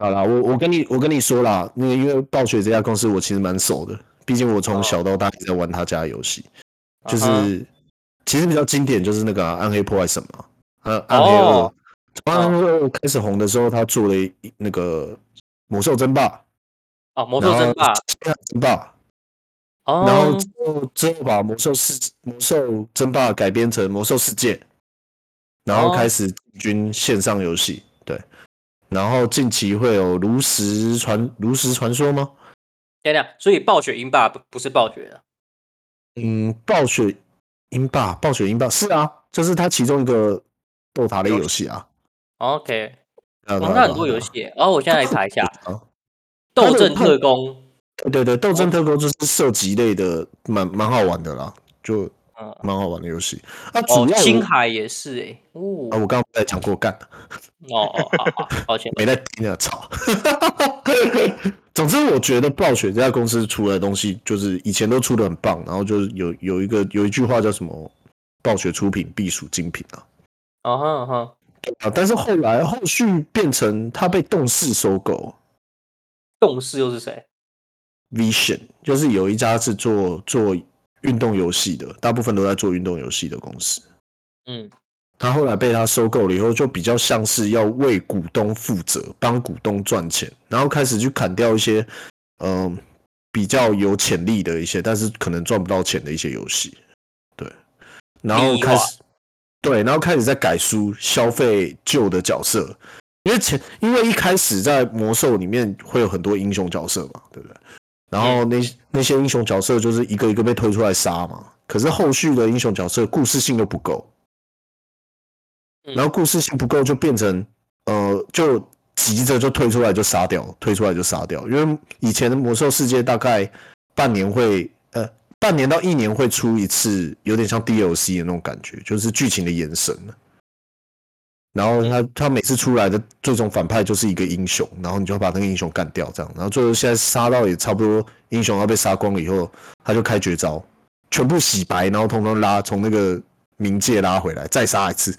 Speaker 3: 好啦，我我跟你我跟你说啦，那个因为暴雪这家公司我其实蛮熟的，毕竟我
Speaker 2: 哦
Speaker 3: 从小到大一直在玩他家的游戏。就是、
Speaker 1: 啊哈
Speaker 3: 其实比较经典就是那个啊、暗黑破坏神》嘛，呃，暗黑二
Speaker 1: 哦，嗯
Speaker 3: 从、暗黑二开始红的时候，他做了一那个魔兽争霸，
Speaker 1: 哦，《魔
Speaker 3: 魔
Speaker 1: 兽争霸》
Speaker 3: 争霸，然后
Speaker 1: 哦
Speaker 3: 之后之后把魔兽世魔兽争霸改编成魔兽世界，然后
Speaker 1: 哦
Speaker 3: 开始进军线上游戏，对，然后近期会有炉石传炉石传说吗？
Speaker 1: 等等，所以暴雪英霸不不是暴雪的
Speaker 3: 嗯，暴雪英霸，暴雪英霸是啊，就是它其中一个斗塔类游戏啊。
Speaker 1: ，OK，
Speaker 3: 啊对啊
Speaker 1: 我们
Speaker 3: 对啊
Speaker 1: 很多
Speaker 3: 对啊
Speaker 1: 游戏耶。哦，我现在来查
Speaker 3: [LAUGHS]
Speaker 1: 一下，《
Speaker 3: 啊，
Speaker 1: 斗阵特工
Speaker 3: 对对对，斗争特工就是射击类的，蛮蛮好玩的啦，就》，
Speaker 1: 嗯，
Speaker 3: 蛮好玩的游戏。啊，主要
Speaker 1: 哦，
Speaker 3: 我
Speaker 1: 《星海》也是哎，
Speaker 3: 啊，
Speaker 1: 哦
Speaker 3: 我刚刚在讲过干，，
Speaker 1: 哦哦，好好，抱歉 [LAUGHS]
Speaker 3: 没在听啊，操！ [LAUGHS] 总之，我觉得暴雪这家公司出来的东西，就是以前都出的很棒，然后就是有有一个有一句话叫什么“暴雪出品必属精品”啊。
Speaker 1: 哦哼哼，
Speaker 3: 啊，但是后来后续变成他被动视收购
Speaker 1: 动视又是谁？
Speaker 3: ，Vision 就是有一家是做做运动游戏的，大部分都在做运动游戏的公司。
Speaker 1: 嗯，
Speaker 3: 他后来被他收购了以后，就比较像是要为股东负责，帮股东赚钱，然后开始去砍掉一些嗯、比较有潜力的一些，但是可能赚不到钱的一些游戏，对，然后
Speaker 1: 利益化
Speaker 3: 开始对，然后开始在改书，消费旧的角色，因为前因为一开始在魔兽里面会有很多英雄角色嘛，对不对？然后
Speaker 1: 嗯
Speaker 3: 那、那些英雄角色就是一个一个被推出来杀嘛，可是后续的英雄角色故事性又不够，
Speaker 1: 嗯
Speaker 3: 然后故事性不够，就变成呃，就急着就推出来就杀掉，推出来就杀掉。因为以前的魔兽世界大概半年会呃半年到一年会出一次，有点像 DLC 的那种感觉，就是剧情的延伸了。然后他他每次出来的最终反派就是一个英雄，然后你就要把那个英雄干掉，这样。然后最后现在杀到也差不多，英雄要被杀光了以后，他就开绝招，全部洗白，然后通通拉从那个冥界拉回来，再杀一次。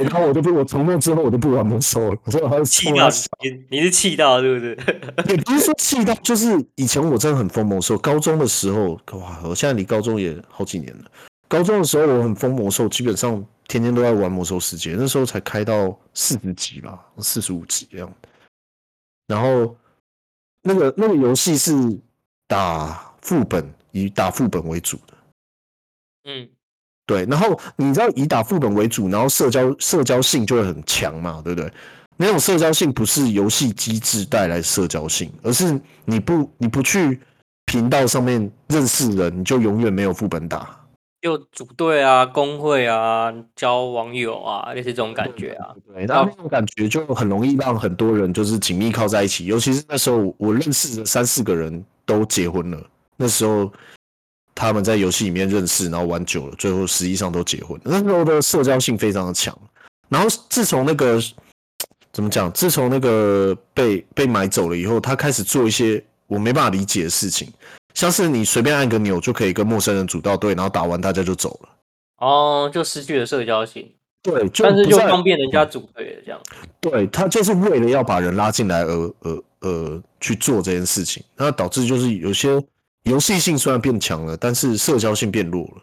Speaker 3: 然后我就不，我从那之后我就不玩魔兽了，我说我要
Speaker 1: [LAUGHS] 气
Speaker 3: 气
Speaker 1: [LAUGHS] 到你，你是气到是不是？
Speaker 3: 也不是说气到，就是以前我真的很疯魔兽，高中的时候，哇，我现在离高中也好几年了。高中的时候我很疯魔兽，基本上天天都在玩魔兽世界，那时候才开到四十级吧，四十五级这样。然后那个那个游戏是打副本，以打副本为主的。
Speaker 1: 嗯，
Speaker 3: 对，然后你知道以打副本为主，然后社交社交性就会很强嘛，对不对？那种社交性不是游戏机制带来的社交性，而是你不你不去频道上面认识人，你就永远没有副本打。
Speaker 1: 就组队啊、工会啊、交网友啊，类似这种感觉啊。
Speaker 3: 对，那那种感觉就很容易让很多人就是紧密靠在一起，尤其是那时候我我认识的三四个人都结婚了，那时候他们在游戏里面认识，然后玩久了，最后实际上都结婚了。那时候的社交性非常的强，然后自从那个怎么讲，自从那个被被买走了以后，他开始做一些我没办法理解的事情，像是你随便按一个钮就可以跟陌生人组到队，然后打完大家就走了。
Speaker 1: 哦，就失去了社交性，
Speaker 3: 对，就
Speaker 1: 但是
Speaker 3: 不
Speaker 1: 又
Speaker 3: 再嗯
Speaker 1: 方便人家组队这样。
Speaker 3: 对他就是为了要把人拉进来而而而去做这件事情，那导致就是有些游戏性虽然变强了，但是社交性变弱了。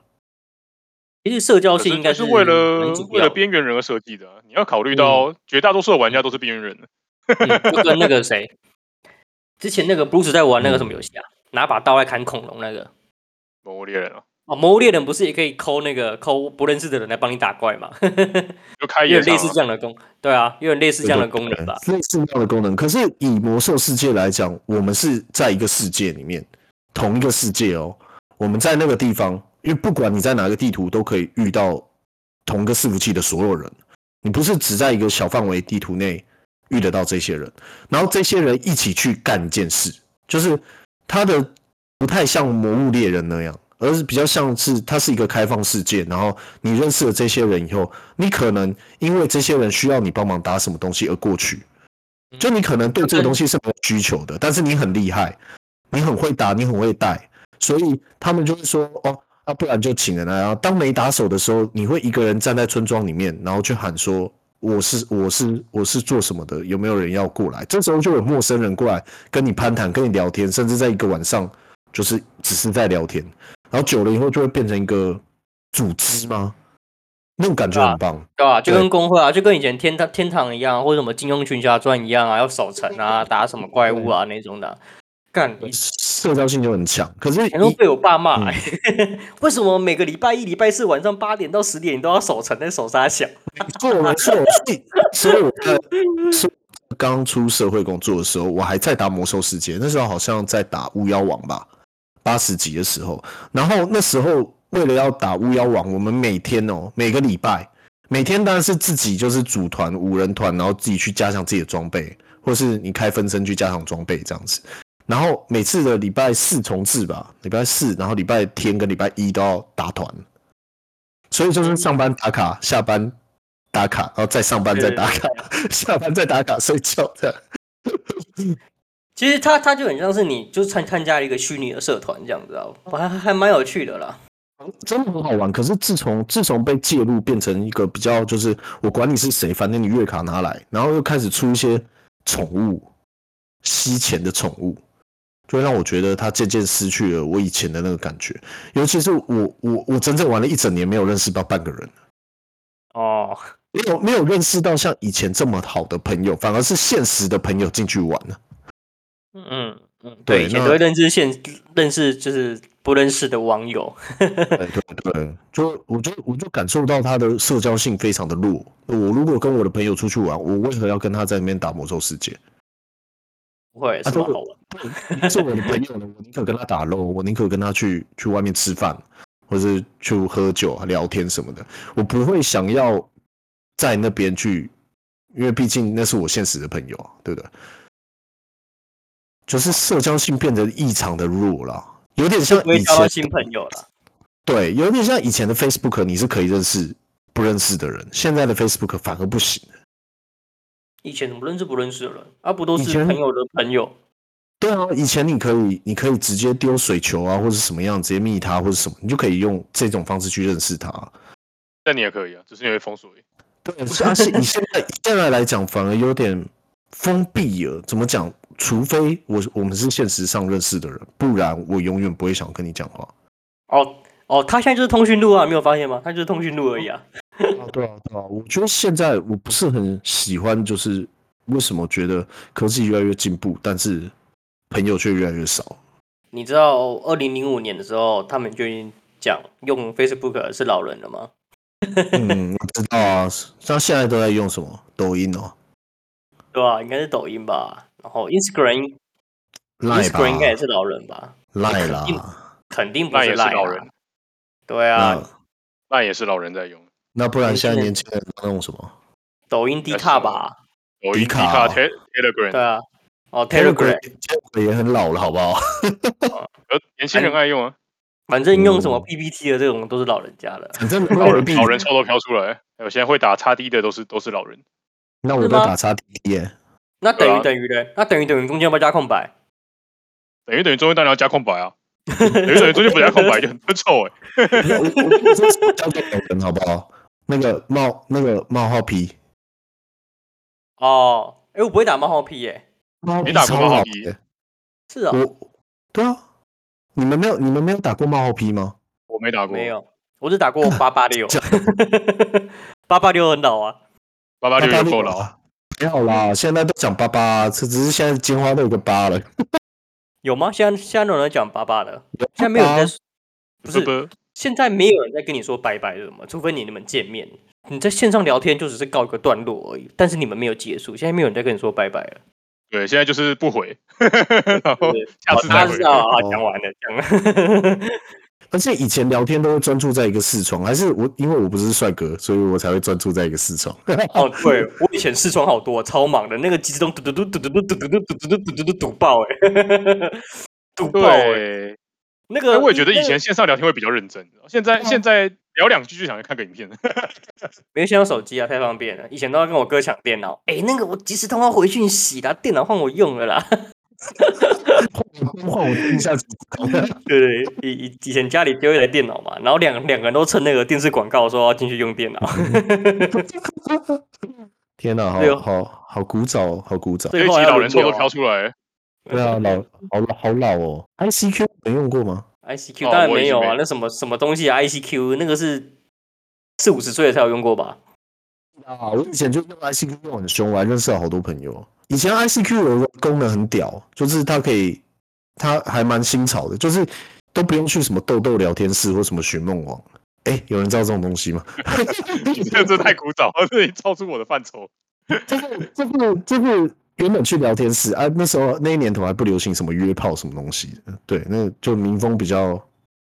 Speaker 1: 其实社交
Speaker 2: 可
Speaker 1: 性
Speaker 2: 是
Speaker 1: 应该
Speaker 2: 这是为
Speaker 1: 蛮
Speaker 2: 了
Speaker 1: 主
Speaker 2: 为
Speaker 1: 要
Speaker 2: 了
Speaker 1: 的
Speaker 2: 边缘人而设计的啊，你要考虑到绝大多数的玩家都是边缘人。
Speaker 1: 嗯就跟
Speaker 2: [LAUGHS]
Speaker 1: 那个谁，之前那个 Bruce 在玩那个什么游戏啊，拿把刀来砍恐龙那个。
Speaker 2: 魔物猎人啊，
Speaker 1: 哦，魔物猎人不是也可以抠那个抠不认识的人来帮你打怪吗？ [LAUGHS]
Speaker 2: 就开
Speaker 1: 有
Speaker 2: 夜
Speaker 1: 点类
Speaker 2: 场
Speaker 1: 似
Speaker 2: 啊，
Speaker 1: 这样的功，对啊，有点类似这样的功能吧。
Speaker 3: 类似这样的功能。可是以魔兽世界来讲，我们是在一个世界里面，同一个世界哦。我们在那个地方，因为不管你在哪个地图，都可以遇到同个伺服器的所有人。你不是只在一个小范围地图内遇得到这些人，然后这些人一起去干一件事，就是它的不太像魔物猎人那样，而是比较像是它是一个开放世界。然后你认识了这些人以后，你可能因为这些人需要你帮忙打什么东西而过去，就你可能对这个东西是没有需求的，但是你很厉害，你很会打，你很会带，所以他们就会说哦。啊，不然就请人来啊。然后当没打手的时候，你会一个人站在村庄里面，然后去喊说：“我是我是我是做什么的？有没有人要过来？”这时候就有陌生人过来跟你攀谈、跟你聊天，甚至在一个晚上就是只是在聊天。然后久了以后就会变成一个组织吗？那种感觉很棒。
Speaker 1: 对啊，就
Speaker 3: 对
Speaker 1: 跟工会啊，就跟以前天堂天堂一样，或者什么金庸群侠传一样啊，要守城啊，打什么怪物啊那种的啊。干，以
Speaker 3: 社交性就很强，可是
Speaker 1: 前都
Speaker 3: 一嗯
Speaker 1: 被我爸骂、欸， [LAUGHS] 为什么每个礼拜一、礼拜四晚上八点到十点你都要守城在守沙小？
Speaker 3: 做了做了，所以所以我在是刚出社会工作的时候，我还在打魔兽世界，那时候好像在打巫妖王吧，八十级的时候，然后那时候为了要打巫妖王，我们每天哦，每个礼拜，每天当然是自己就是组团五人团，然后自己去加强自己的装备，或是你开分身去加强装备这样子。然后每次的礼拜四重置吧，礼拜四，然后礼拜天跟礼拜一都要打团，所以就是上班打卡，下班打卡，然后再上班再打卡， [LAUGHS] 下班再打卡，睡觉这样。
Speaker 1: 其实它它就很像是你就参参加一个虚拟的社团这样子啊，我还还蛮有趣的啦。
Speaker 3: 真的很好玩。可是自从自从被介入变成一个比较，就是我管你是谁，反正你月卡拿来，然后又开始出一些宠物，吸钱的宠物，就让我觉得它渐渐失去了我以前的那个感觉。尤其是我我我真正玩了一整年，没有认识到半个人，
Speaker 1: 哦，
Speaker 3: 没有没有认识到像以前这么好的朋友，反而是现实的朋友进去玩了。
Speaker 1: 嗯嗯，
Speaker 3: 对
Speaker 1: 对，以前
Speaker 3: 那
Speaker 1: 都会认识现认识就是不认识的网友，
Speaker 3: 对对对，就我就我就感受到他的社交性非常的弱。我如果跟我的朋友出去玩，我为何要跟他在里面打魔兽世界？
Speaker 1: 不会
Speaker 3: 啊
Speaker 1: 是蛮
Speaker 3: 都
Speaker 1: 好玩。
Speaker 3: 对，是我的朋友呢，我宁可跟他打肉，我宁可跟他去去外面吃饭，或是去喝酒、聊天什么的，我不会想要在那边去，因为毕竟那是我现实的朋友啊，对不对？就是社交性变得异常的弱了，有点像
Speaker 1: 不会
Speaker 3: 以
Speaker 1: 交到
Speaker 3: 前
Speaker 1: 新朋友了。
Speaker 3: 对，有点像以前的 Facebook，你是可以认识不认识的人，现在的 Facebook 反而不行。
Speaker 1: 以前怎么认识不认识的人？啊，不都
Speaker 3: 以
Speaker 1: 是
Speaker 3: 前
Speaker 1: 朋友的朋友？
Speaker 3: 对啊，以前你可以，你可以直接丢水球啊，或者什么样，直接密他或者什么，你就可以用这种方式去认识他。啊
Speaker 2: 但你也可以啊，只是你会封锁而已。
Speaker 3: 对，是啊，是以现在以现在来讲，反而有点封闭了。怎么讲？除非我我们是现实上认识的人，不然我永远不会想跟你讲话。
Speaker 1: 哦哦，他现在就是通讯录啊，没有发现吗？他就是通讯录而已啊。
Speaker 3: 啊，对啊，对啊，我觉得现在我不是很喜欢，就是为什么觉得科技越来越进步，但是朋友却越来越少。
Speaker 1: 你知道二零零五年的时候，他们就已经讲用 Facebook 的是老人了吗？ [LAUGHS]
Speaker 3: 嗯，我知道啊，像现在都在用什么抖音哦，
Speaker 1: 对吧、应该是抖音吧。然后 Instagram
Speaker 3: 赖吧
Speaker 1: Instagram 应该也是老人吧？
Speaker 3: 赖
Speaker 1: 肯定
Speaker 3: 啦，
Speaker 1: 肯定不
Speaker 2: 那也
Speaker 1: 是
Speaker 2: 是
Speaker 1: Line 啊
Speaker 2: 老人。
Speaker 1: 对
Speaker 3: 那
Speaker 1: 啊，
Speaker 2: 那也是老人在用。
Speaker 3: 那不然
Speaker 1: 年轻
Speaker 3: 现在
Speaker 1: 人
Speaker 3: 年轻人都用什么？
Speaker 1: 抖音 D
Speaker 2: 那是
Speaker 1: 卡
Speaker 2: 老
Speaker 1: 吧？
Speaker 2: 抖音、
Speaker 3: 迪卡
Speaker 2: Te-
Speaker 1: 对
Speaker 2: Telegram，
Speaker 1: 啊。哦
Speaker 3: Telegram
Speaker 1: ，Telegram，
Speaker 3: Telegram 也很老了，好不
Speaker 1: [LAUGHS]
Speaker 3: 好？
Speaker 2: 呃，年轻人爱用啊，
Speaker 1: 反正用什么
Speaker 3: 嗯
Speaker 1: PPT 的这种都是老人家的。
Speaker 3: 反正
Speaker 2: 老人
Speaker 3: 币，
Speaker 2: 老人臭都飘出来。还有现在会打叉 D 的都是都是老人，
Speaker 3: 那我
Speaker 1: 是
Speaker 3: 在
Speaker 1: 吗
Speaker 3: 打叉 T T 耶，
Speaker 1: 那
Speaker 2: 对
Speaker 1: 等于
Speaker 2: 啊
Speaker 1: 等于嘞？那等于等于中间要不要加空白？
Speaker 2: 等于等于中间当然要加空白啊，等于等于中间不加空白就很很臭哎、
Speaker 3: 我我我这是叫做老人，好不好？那个冒那个冒号 P，
Speaker 1: 哦，哎、我不会打冒号 P 耶、
Speaker 3: 冒号
Speaker 2: 你
Speaker 3: P
Speaker 2: 打过
Speaker 3: 超
Speaker 2: 冒号
Speaker 3: 老
Speaker 2: P？
Speaker 3: 的
Speaker 1: 是哦，
Speaker 3: 我对啊，你们没有你们没有打过冒号 P 吗？
Speaker 2: 我没打过，
Speaker 1: 没有，我只打过八八六
Speaker 3: 假，
Speaker 1: 八八六很老啊。
Speaker 2: 八八六
Speaker 3: 八
Speaker 2: 就够哦
Speaker 3: 六
Speaker 2: 老。
Speaker 3: 啊，没有啦，现在都讲八八，这只是现在金花都有个八了。
Speaker 1: 有吗？现在现在都有人讲八八的，现在没有人在说，不
Speaker 2: 不
Speaker 1: 是，现在没有人在跟你说拜拜是什么，除非你你们见面，你在线上聊天就只是告一个段落而已，但是你们没有结束，现在没有人在跟你说拜拜了。
Speaker 2: 对，现在就是不回，然后
Speaker 1: 对
Speaker 2: 下
Speaker 1: 哦
Speaker 2: 次
Speaker 1: 大
Speaker 2: 再
Speaker 1: 家
Speaker 2: 回
Speaker 1: 知。道啊，
Speaker 3: 哦
Speaker 1: 讲完了，讲了。
Speaker 3: 而且以前聊天都会专注在一个视窗，还是我因为我不是帅哥，所以我才会专注在一个视窗。
Speaker 1: 哦，对我以前视窗好多，超忙的，那个机自动嘟嘟嘟嘟嘟嘟嘟嘟嘟嘟嘟嘟嘟嘟嘟爆哎，嘟爆哎，
Speaker 2: 对，
Speaker 1: 那哦
Speaker 2: 但
Speaker 1: 个
Speaker 2: 我也觉得以前线上聊天会比较认真，现在现在聊两句就想去看个影片了。
Speaker 1: 没有先用手机啊，太方便了。以前都要跟我哥抢电脑，哎、那个我即时通话回讯息啦，电脑换我用了啦。 [LAUGHS]
Speaker 3: 换我听一下视窗，
Speaker 1: [LAUGHS] 对对，以以以前家里丢一台电脑嘛，然后两两个人都趁那个电视广告说要进去用电脑，
Speaker 2: 嗯
Speaker 3: 天哪、
Speaker 1: 对
Speaker 3: 好
Speaker 1: 哦
Speaker 3: 好好古早，好古早。
Speaker 2: [LAUGHS] 这一
Speaker 1: 后
Speaker 2: 集
Speaker 1: 还有
Speaker 2: 老人
Speaker 1: 轮
Speaker 2: 臭都
Speaker 1: 流啊
Speaker 2: 飘出来，
Speaker 3: 对啊，老好老好老哦。ICQ 没用过吗？
Speaker 1: ICQ
Speaker 2: 哦
Speaker 1: 当然
Speaker 2: 我已
Speaker 1: 没
Speaker 2: 经
Speaker 1: 有
Speaker 2: 没
Speaker 1: 啊，
Speaker 2: 有
Speaker 1: 那什么什么东西啊，ICQ 那个是四五十岁的才有用过吧？
Speaker 3: 啊，我以前就用 ICQ 用很凶，我还认识了好多朋友。以前 ICQ 有个功能很屌，就是它可以，它还蛮新潮的，就是都不用去什么豆豆聊天室或什么寻梦网。哎、有人知道这种东西吗？
Speaker 2: 这这太古早了， [LAUGHS] 这已经超出我的范畴。
Speaker 3: 就是就是就是原本去聊天室啊，那时候那一年头还不流行什么约炮什么东西的，对，那就民风比较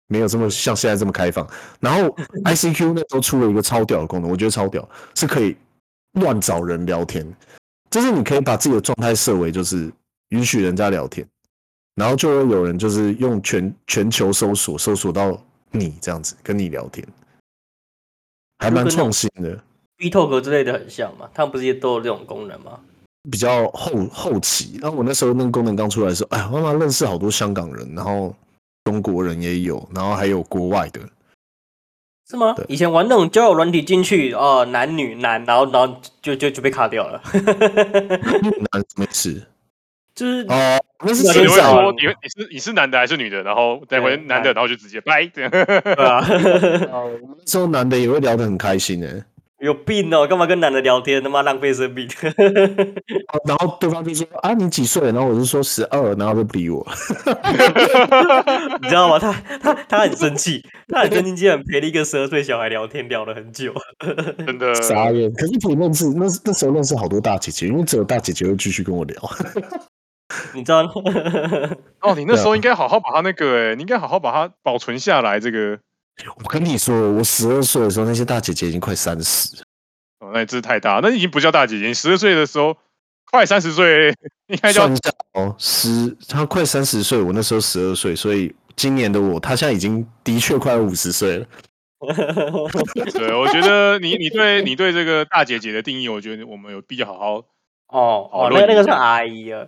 Speaker 3: 没有这么像现在这么开放。然后 ICQ 那时候出了一个超屌的功能，我觉得超屌，是可以乱找人聊天，就是你可以把自己的状态设为就是允许人家聊天，然后就会有人就是用全全球搜索搜索到你这样子跟你聊天，还蛮创新的。
Speaker 1: B Talk 之类的很像嘛，他们不是也都有这种功能吗？
Speaker 3: 比较后后期。然后我那时候那个功能刚出来的时候，哎，我慢慢认识好多香港人，然后中国人也有，然后还有国外的。
Speaker 1: 是吗
Speaker 3: 对？
Speaker 1: 以前玩那种交友软体进去哦，男女男，然后然 [LAUGHS] 后就就就被卡掉了，
Speaker 3: 那没事
Speaker 1: 就是
Speaker 3: 哦，那是
Speaker 1: 那
Speaker 2: 你
Speaker 3: 谁
Speaker 2: 会
Speaker 1: 想
Speaker 3: 找
Speaker 2: 说
Speaker 1: 啊
Speaker 2: 你会你是你是男的还是女的？然后再
Speaker 1: 对哎
Speaker 2: 回男的，然后就直接拜这样。
Speaker 1: 对啊，
Speaker 3: 哦那时候男的也会聊得很开心诶、
Speaker 1: 有病哦，干嘛跟男的聊天？他妈浪费生命。 [LAUGHS]
Speaker 3: 然后对方就说啊你几岁？然后我就说十二，然后就不理我。
Speaker 1: 你知道吗？他他他很生气，他很生气，竟然陪了一个十二岁小孩聊天，聊了很久。
Speaker 2: 真
Speaker 1: [LAUGHS]
Speaker 2: 的，
Speaker 3: 傻眼。可是我认识那那时候认识好多大姐姐，因为只有大姐姐会继续跟我聊。
Speaker 1: 你知道，
Speaker 2: 哦，你那
Speaker 3: 对
Speaker 2: 时候
Speaker 3: 啊
Speaker 2: 应该好好把他那个、欸，你应该好好把它保存下来。这个，
Speaker 3: 我跟你说，我十二岁的时候，那些大姐姐已经快三十。
Speaker 2: 哦，那真是太大，那已经不叫大姐姐。你十二岁的时候，快三十岁，应该叫
Speaker 3: 算一下哦，十，她快三十岁，我那时候十二岁，所以今年的我，她现在已经的确快五十岁了。
Speaker 2: 对。我觉得你你对你对这个大姐姐的定义，我觉得我们有必要好好
Speaker 1: [LAUGHS] [LAUGHS] 哦
Speaker 2: 好
Speaker 1: 哦，
Speaker 2: 论
Speaker 1: 那那
Speaker 2: 一
Speaker 1: 个是
Speaker 2: 下
Speaker 1: 阿姨啊，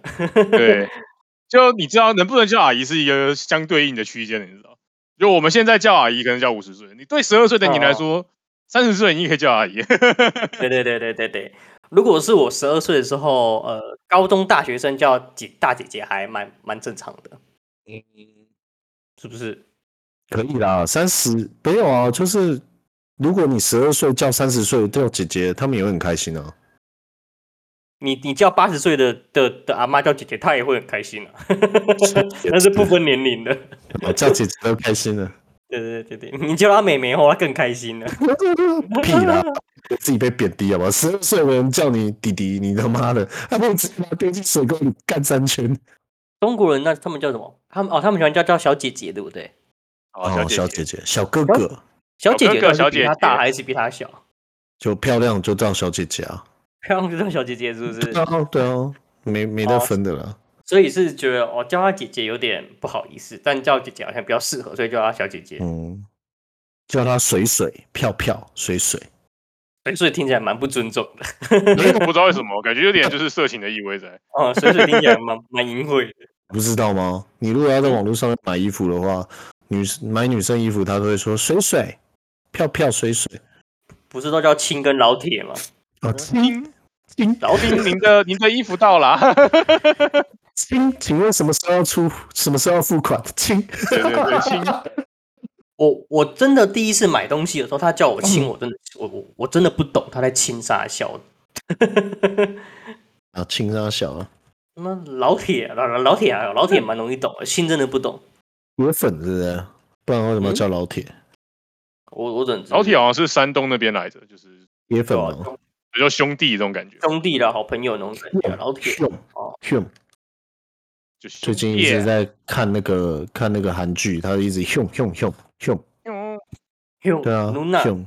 Speaker 2: 对，就你知道能不能叫阿姨是一个相对应的区间，你知道？就我们现在叫阿姨，可能叫五十岁，你对十二岁的你来说，三十岁你也可以叫阿姨。 [LAUGHS]
Speaker 1: 对对对对对对。如果是我十二岁的时候，呃，高中大学生叫姐大姐姐还蛮蛮正常的，
Speaker 3: 嗯，
Speaker 1: 是不是？
Speaker 3: 可以啦，三十没有啊，就是如果你十二岁叫三十岁叫姐姐，她们也会很开心
Speaker 2: [LAUGHS]
Speaker 3: 啊。
Speaker 1: 你你叫八十岁的的的阿妈叫姐姐，她也会很开心啊，那是不分年龄的。
Speaker 3: 我叫姐姐都开心了，
Speaker 1: 对对对对，你叫她妹妹后，她更开心了。啊
Speaker 3: 屁啦！自己被贬低好不好？十二岁的人叫你弟弟，你他妈的，他们直接把他丢进水沟里干三圈。
Speaker 1: 中国人那他们叫什么？他们哦，他们喜欢叫叫小姐姐，对不对？
Speaker 2: 好，
Speaker 3: 哦，
Speaker 2: 小
Speaker 3: 小
Speaker 2: 姐
Speaker 3: 姐
Speaker 2: 姐，
Speaker 3: 姐、小哥哥，
Speaker 1: 小姐
Speaker 2: 哥哦哥
Speaker 1: 姐到底是
Speaker 2: 小
Speaker 1: 比
Speaker 2: 姐
Speaker 1: 她大
Speaker 2: 姐
Speaker 1: 还是比她小？ [LAUGHS]
Speaker 3: 就漂亮就叫小姐姐啊。
Speaker 1: 漂亮就叫小姐姐是不是
Speaker 3: 对？啊，对啊，没没得分的啦。
Speaker 1: 所以是觉得哦，叫她姐姐有点不好意思，但叫姐姐好像比较适合，所以叫她小姐姐。
Speaker 3: 嗯，叫她水水、票票、水水。
Speaker 1: 水水听起来蛮不尊重的，
Speaker 2: 我不知道为什么，感觉有点就是色情的意味在。
Speaker 1: 哦，水水听起来蛮 [LAUGHS] 蛮淫秽的。
Speaker 3: 不知道吗？你如果要在网络上面买衣服的话，女买女生衣服，她都会说水水、票票、水水。
Speaker 1: 不是都叫亲跟老铁吗？
Speaker 3: 啊，亲亲
Speaker 2: 老丁，哦您的您的衣服到了，啊
Speaker 3: 亲，请问什么时候要出？什么时候要付款？亲，
Speaker 2: [LAUGHS] 对对对，亲，
Speaker 1: 我我真的第一次买东西的时候，他叫我
Speaker 2: 嗯
Speaker 1: 亲，我真的我我我真的不懂他在亲啥 [LAUGHS] 笑。
Speaker 3: 啊，亲啊，小啊，
Speaker 1: 他妈老铁老老铁啊，老铁蛮容易懂的，亲真的不懂。
Speaker 3: 有粉是不是？不然为什么要叫老铁？
Speaker 1: 我我只能知道
Speaker 2: 老铁好像是山东那边来的，就是
Speaker 3: 铁粉
Speaker 1: 对啊
Speaker 3: 吗？
Speaker 2: 比较兄弟这种感觉。
Speaker 1: 兄弟的好朋友那种感觉，啊老铁
Speaker 3: 炫
Speaker 1: 哦，
Speaker 3: 炫
Speaker 2: 就
Speaker 3: 最近一直
Speaker 2: 在，
Speaker 3: 在看那个看那个韩剧，他一直炫炫炫炫，
Speaker 1: 哟
Speaker 3: 对啊，
Speaker 1: 露娜，
Speaker 3: 炫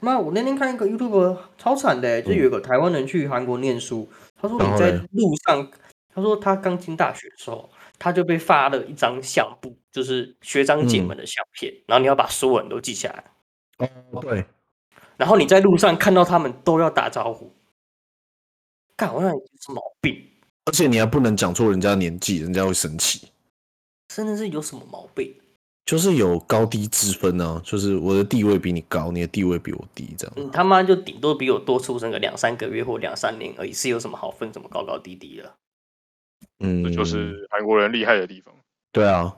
Speaker 1: 妈，我那天看一个 YouTube 超惨的欸，就有一个台湾人去韩国念书，他
Speaker 3: 嗯
Speaker 1: 说
Speaker 3: 然
Speaker 1: 你
Speaker 3: 后
Speaker 1: 在
Speaker 3: 嘞
Speaker 1: 路上，他说他刚进大学的时候，他就被发了一张相簿，就是学长姐
Speaker 3: 嗯
Speaker 1: 们的相片，然后你要把所有人都记下来，
Speaker 3: 哦，对，
Speaker 1: 然后你在路上看到他们都要打招呼。干，我让你有毛病，
Speaker 3: 而且你还不能讲出人家年纪，人家会生气。
Speaker 1: 真的是有什么毛病？
Speaker 3: 就是有高低之分啊，就是我的地位比你高，你的地位比我低，这样。
Speaker 2: 嗯
Speaker 1: 你他妈就顶多比我多出生个两三个月或两三年而已，是有什么好分什么高高低低的？
Speaker 3: 嗯，
Speaker 2: 这就是韩国人厉害的地方。
Speaker 3: 对啊，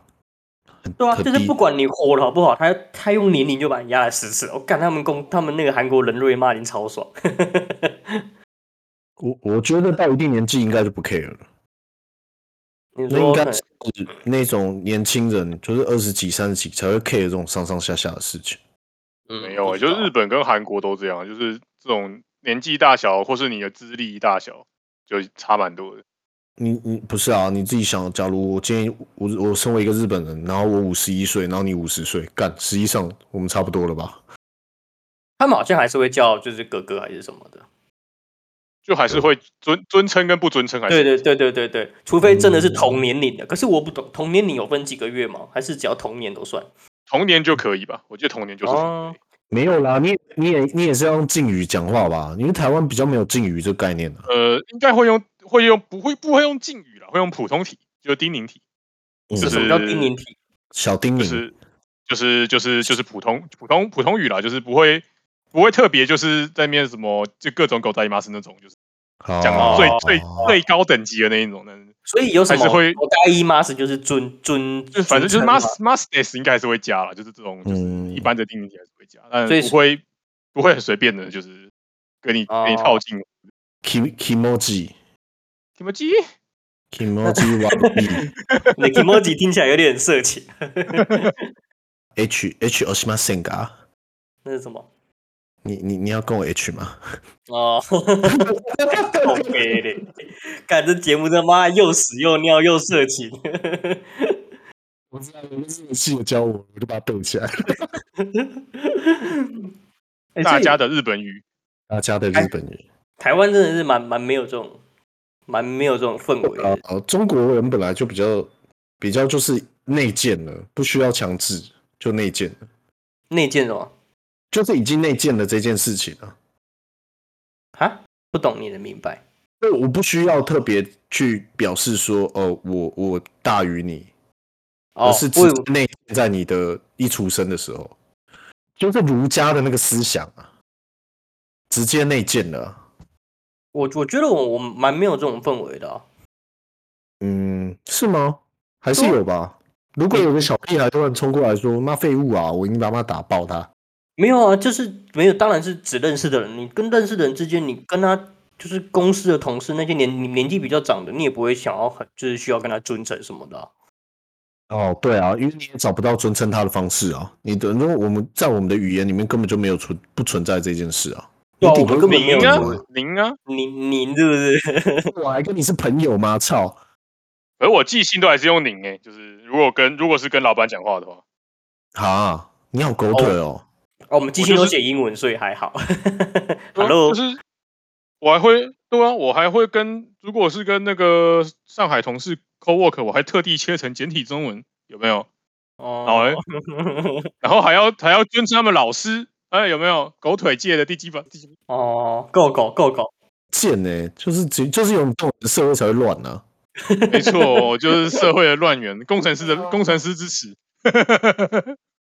Speaker 1: 对啊，
Speaker 3: 可
Speaker 1: 就是
Speaker 3: 低
Speaker 1: 不管你活了好不好，他他用年龄就把你压了十次。我干他们公，他们那个韩国人瑞骂人超爽。 [LAUGHS]
Speaker 3: 我我觉得到一定年纪应该就不 care 了。
Speaker 1: 你
Speaker 3: 那应
Speaker 1: 说
Speaker 3: 该
Speaker 1: 可能
Speaker 3: 是那种年轻人，就是二十几、三十几才会 care 这种上上下下的事情。
Speaker 1: 嗯
Speaker 2: 没有
Speaker 1: 不
Speaker 2: 欸，
Speaker 1: 知
Speaker 2: 就
Speaker 1: 道
Speaker 2: 是日本跟韩国都这样，就是这种年纪大小或是你的资历大小就差蛮多的。
Speaker 3: 你你不是啊？你自己想，假如我今天我我身为一个日本人，然后我五十一岁，然后你五十岁，干，实际上我们差不多了吧？
Speaker 1: 他们好像还是会叫就是哥哥还是什么的。
Speaker 2: 就还是会尊尊称跟不尊称还是
Speaker 1: 对对对对对对，除非真的
Speaker 3: 嗯
Speaker 1: 是同年龄的。可是我不懂，同年龄有分几个月吗？还是只要同年都算？
Speaker 2: 童年就可以吧？我觉得童年就是
Speaker 1: 哦
Speaker 3: 没有啦，你也你也你也是要用敬语讲话吧？因为台湾比较没有敬语这个概念啊。
Speaker 2: 呃，应该会用会用不会不会用敬语了，会用普通体，就是丁宁体，
Speaker 3: 嗯
Speaker 2: 就
Speaker 1: 什么
Speaker 2: 是
Speaker 1: 叫低年体？
Speaker 3: 小丁
Speaker 1: 嗯
Speaker 2: 就
Speaker 3: 宁，
Speaker 2: 是就是就是就是普通普通普通语啦，就是不会不会特别就是在面什么就各种狗仔姨妈是那种，就是
Speaker 3: 好
Speaker 2: 讲到最
Speaker 3: 哦
Speaker 2: 最最高等级的那一种，但是
Speaker 1: 所以有什么
Speaker 2: 还是会
Speaker 1: 我该一 mas 就是尊尊，
Speaker 2: 就反正就是
Speaker 1: 尊称
Speaker 2: mas
Speaker 1: 嘛
Speaker 2: masness 应该还是会加了，就是这种就是
Speaker 3: 嗯
Speaker 2: 一般的定义还是会加，但
Speaker 1: 所以
Speaker 2: 不会不会很随便的，就是跟你跟你
Speaker 1: 哦
Speaker 2: 套近乎。
Speaker 3: Ki- Kimoji
Speaker 2: 什么鸡？
Speaker 3: Kimoji [LAUGHS] Wabi
Speaker 1: 你 i m o j i 听起来有点色情，
Speaker 3: H H Oshima Senga，
Speaker 1: 那是什么？
Speaker 3: 你你你要跟我 H 吗？
Speaker 1: 哦，靠背嘞！ [LAUGHS] 看这节目他妈又屎又尿又色情，
Speaker 3: 我知道，你是记得教我，我就把它背起来。
Speaker 1: 哎
Speaker 2: 大家
Speaker 1: 所以
Speaker 2: 的日本语，
Speaker 3: 大家的日本人，
Speaker 1: 台湾真的是蛮蛮没有这种，蛮没有这种氛围
Speaker 2: 哎
Speaker 1: 的。
Speaker 3: 哦，中国人本来就比较比较就是内建了，不需要强制，就内建了，
Speaker 1: 内建什么
Speaker 3: 就是已经内建了这件事情了。
Speaker 1: 啊？不懂你的明白
Speaker 3: 所以我不需要特别去表示说，哦，我我大于你，
Speaker 1: 哦
Speaker 3: 而是，只
Speaker 1: 我以为
Speaker 3: 内建在你的一出生的时候，就是儒家的那个思想啊，直接内建了啊。
Speaker 1: 我我觉得我我蛮没有这种氛围的啊、
Speaker 3: 嗯，是吗？还是有吧。如果有个小屁孩突然冲过来说：“妈废物啊，我一定把他打爆他。
Speaker 1: 没有啊，就是没有，当然是只认识的人。你跟认识的人之间，你跟他就是公司的同事，那些年你年纪比较长的，你也不会想要很就是需要跟他尊称什么的啊、”
Speaker 3: 哦，对啊，因为你也找不到尊称他的方式啊。你等于我们在我们的语言里面根本就没有存不存在这件事啊。
Speaker 1: 对啊
Speaker 3: 你顶
Speaker 1: 我
Speaker 3: 多
Speaker 1: 们根本没有
Speaker 2: 零啊
Speaker 3: 我们
Speaker 2: 零啊，
Speaker 1: 你你是不 [LAUGHS] 是？
Speaker 3: [LAUGHS] 我还跟你是朋友吗？操！
Speaker 2: 而我寄信都还是用零诶，就是如果跟如果是跟老板讲话的话，
Speaker 3: 啊，你好狗腿哦。
Speaker 1: 哦，我们机
Speaker 2: 我
Speaker 1: 器
Speaker 2: 就
Speaker 1: 都
Speaker 2: 是
Speaker 1: 写英文，所以还好。
Speaker 2: 对啊就
Speaker 1: Hello，
Speaker 2: 是我还会对啊，我还会跟如果是跟那个上海同事 co work，我还特地切成简体中文，有没有？然后
Speaker 1: 哦，
Speaker 2: 还然后还要还要尊称他们老师，哎，有没有？狗腿界的第几把第几
Speaker 1: [LAUGHS] 哦，够狗够狗，
Speaker 3: 贱呢、就是只就是有这种社会才会乱啊呢、
Speaker 2: 没错，我就是社会的乱源，工程师
Speaker 1: 哦
Speaker 2: 的工程师之耻。 [LAUGHS]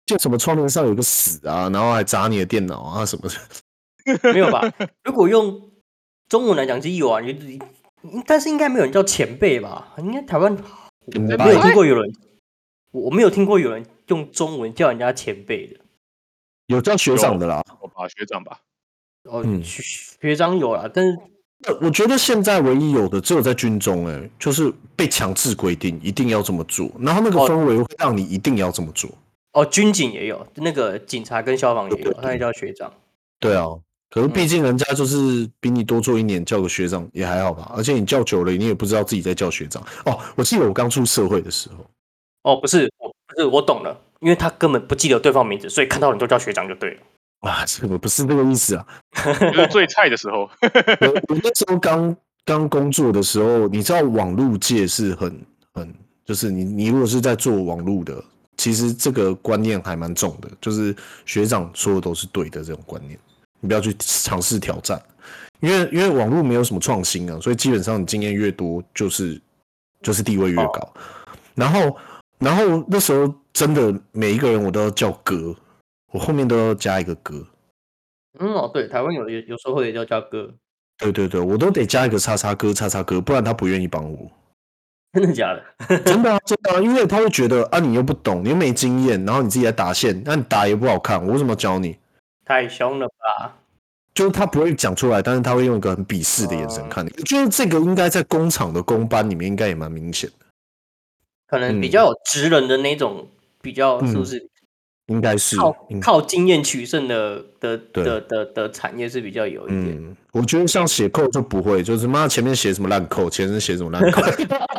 Speaker 3: 就什么窗帘上有个死啊，然后还砸你的电脑啊什么的。
Speaker 1: 没有 [LAUGHS] 吧？如果用中文来讲是有啊，你你应但是应该没有人叫前辈吧？应该台湾
Speaker 3: 明
Speaker 1: 没
Speaker 3: 白
Speaker 1: 有听过有人，我我没有听过有人用中文叫人家前辈的。
Speaker 3: 有叫学长的啦。
Speaker 2: 我吧，学长吧，
Speaker 1: 哦，
Speaker 3: 嗯
Speaker 1: 学学长有啦，但是
Speaker 3: 我觉得现在唯一有的只有在军中、欸，就是被强制规定一定要这么做，然后那个
Speaker 1: 哦
Speaker 3: 氛围会让你一定要这么做。
Speaker 1: 哦，军警也有，那个警察跟消防也有，他也叫学长。
Speaker 3: 对啊，可是
Speaker 1: 嗯
Speaker 3: 毕竟人家就是比你多做一年，叫个学长也还好吧。而且你叫久了，你也不知道自己在叫学长。哦，我记得我刚出社会的时候，
Speaker 1: 哦，不是，我不是我懂了，因为他根本不记得对方名字，所以看到人都叫学长就对了。
Speaker 3: 啊，这个不是这个意思啊。
Speaker 2: 就是最菜的时候。 [LAUGHS]
Speaker 3: 我我那时候刚刚工作的时候，你知道网络界是很很，就是你你如果是在做网络的，其实这个观念还蛮重的，就是学长说的都是对的这种观念，你不要去尝试挑战，因为因为网络没有什么创新啊，所以基本上你经验越多，就是就是地位越高。然后然后那时候真的每一个人我都要叫哥，我后面都要加一个哥。
Speaker 1: 嗯，哦，对，台湾有有有时候会叫叫哥，
Speaker 3: 对对对，我都得加一个叉叉哥，叉叉哥，不然他不愿意帮我。
Speaker 1: [LAUGHS]
Speaker 3: [LAUGHS]
Speaker 1: 真的假的？
Speaker 3: 真的啊，真的啊，因为他会觉得啊，你又不懂，你又没经验，然后你自己来打线，那你打也不好看，我为什么要教你？
Speaker 1: 太凶了吧？
Speaker 3: 就是他不会讲出来，但是他会用一个很鄙视的眼神看你。
Speaker 1: 哦
Speaker 3: 我觉得这个应该在工厂的工班里面应该也蛮明显的，
Speaker 1: 可能
Speaker 3: 嗯
Speaker 1: 比较有职人的那种，比较是不
Speaker 3: 嗯
Speaker 1: 是
Speaker 3: 应该是
Speaker 1: 靠、
Speaker 3: 应
Speaker 1: 靠经验取胜的的
Speaker 3: 对
Speaker 1: 的的的产业是比较有一点。
Speaker 3: 嗯，我觉得像写扣就不会，就是妈前面写什么烂扣，前面写什么烂
Speaker 1: [LAUGHS]
Speaker 3: 扣，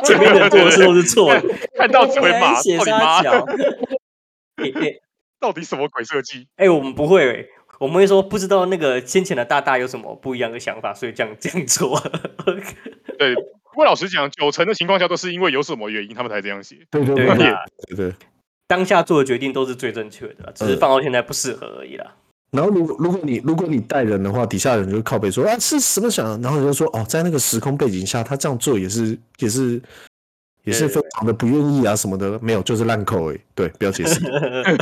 Speaker 1: 前面的做的事都是
Speaker 2: [LAUGHS]
Speaker 1: 错的，
Speaker 2: 看到只会骂，
Speaker 1: [LAUGHS] 写
Speaker 2: 到底
Speaker 1: 沙
Speaker 2: 妈，
Speaker 1: 小。哎哎
Speaker 2: 到底什么鬼设计？
Speaker 1: 哎，我们不会、我们会说不知道那个先前的大大有什么不一样的想法，所以这样这样做。 [LAUGHS]
Speaker 2: 对，不过老实讲，九成的情况下都是因为有什么原因他们才这样写。
Speaker 3: 对对
Speaker 1: 对
Speaker 3: 对
Speaker 1: 啦，
Speaker 3: 对对。
Speaker 1: 当下做的决定都是最正确的啦，只是
Speaker 3: 嗯
Speaker 1: 放到现在不适合而已啦。
Speaker 3: 然后如果如果你如果你带人的话，底下人就会靠背说啊是什么想的，然后你就说哦，在那个时空背景下，他这样做也是也是也是非常的不愿意啊什么的，没有就是烂口哎，对，不要解释。
Speaker 2: 了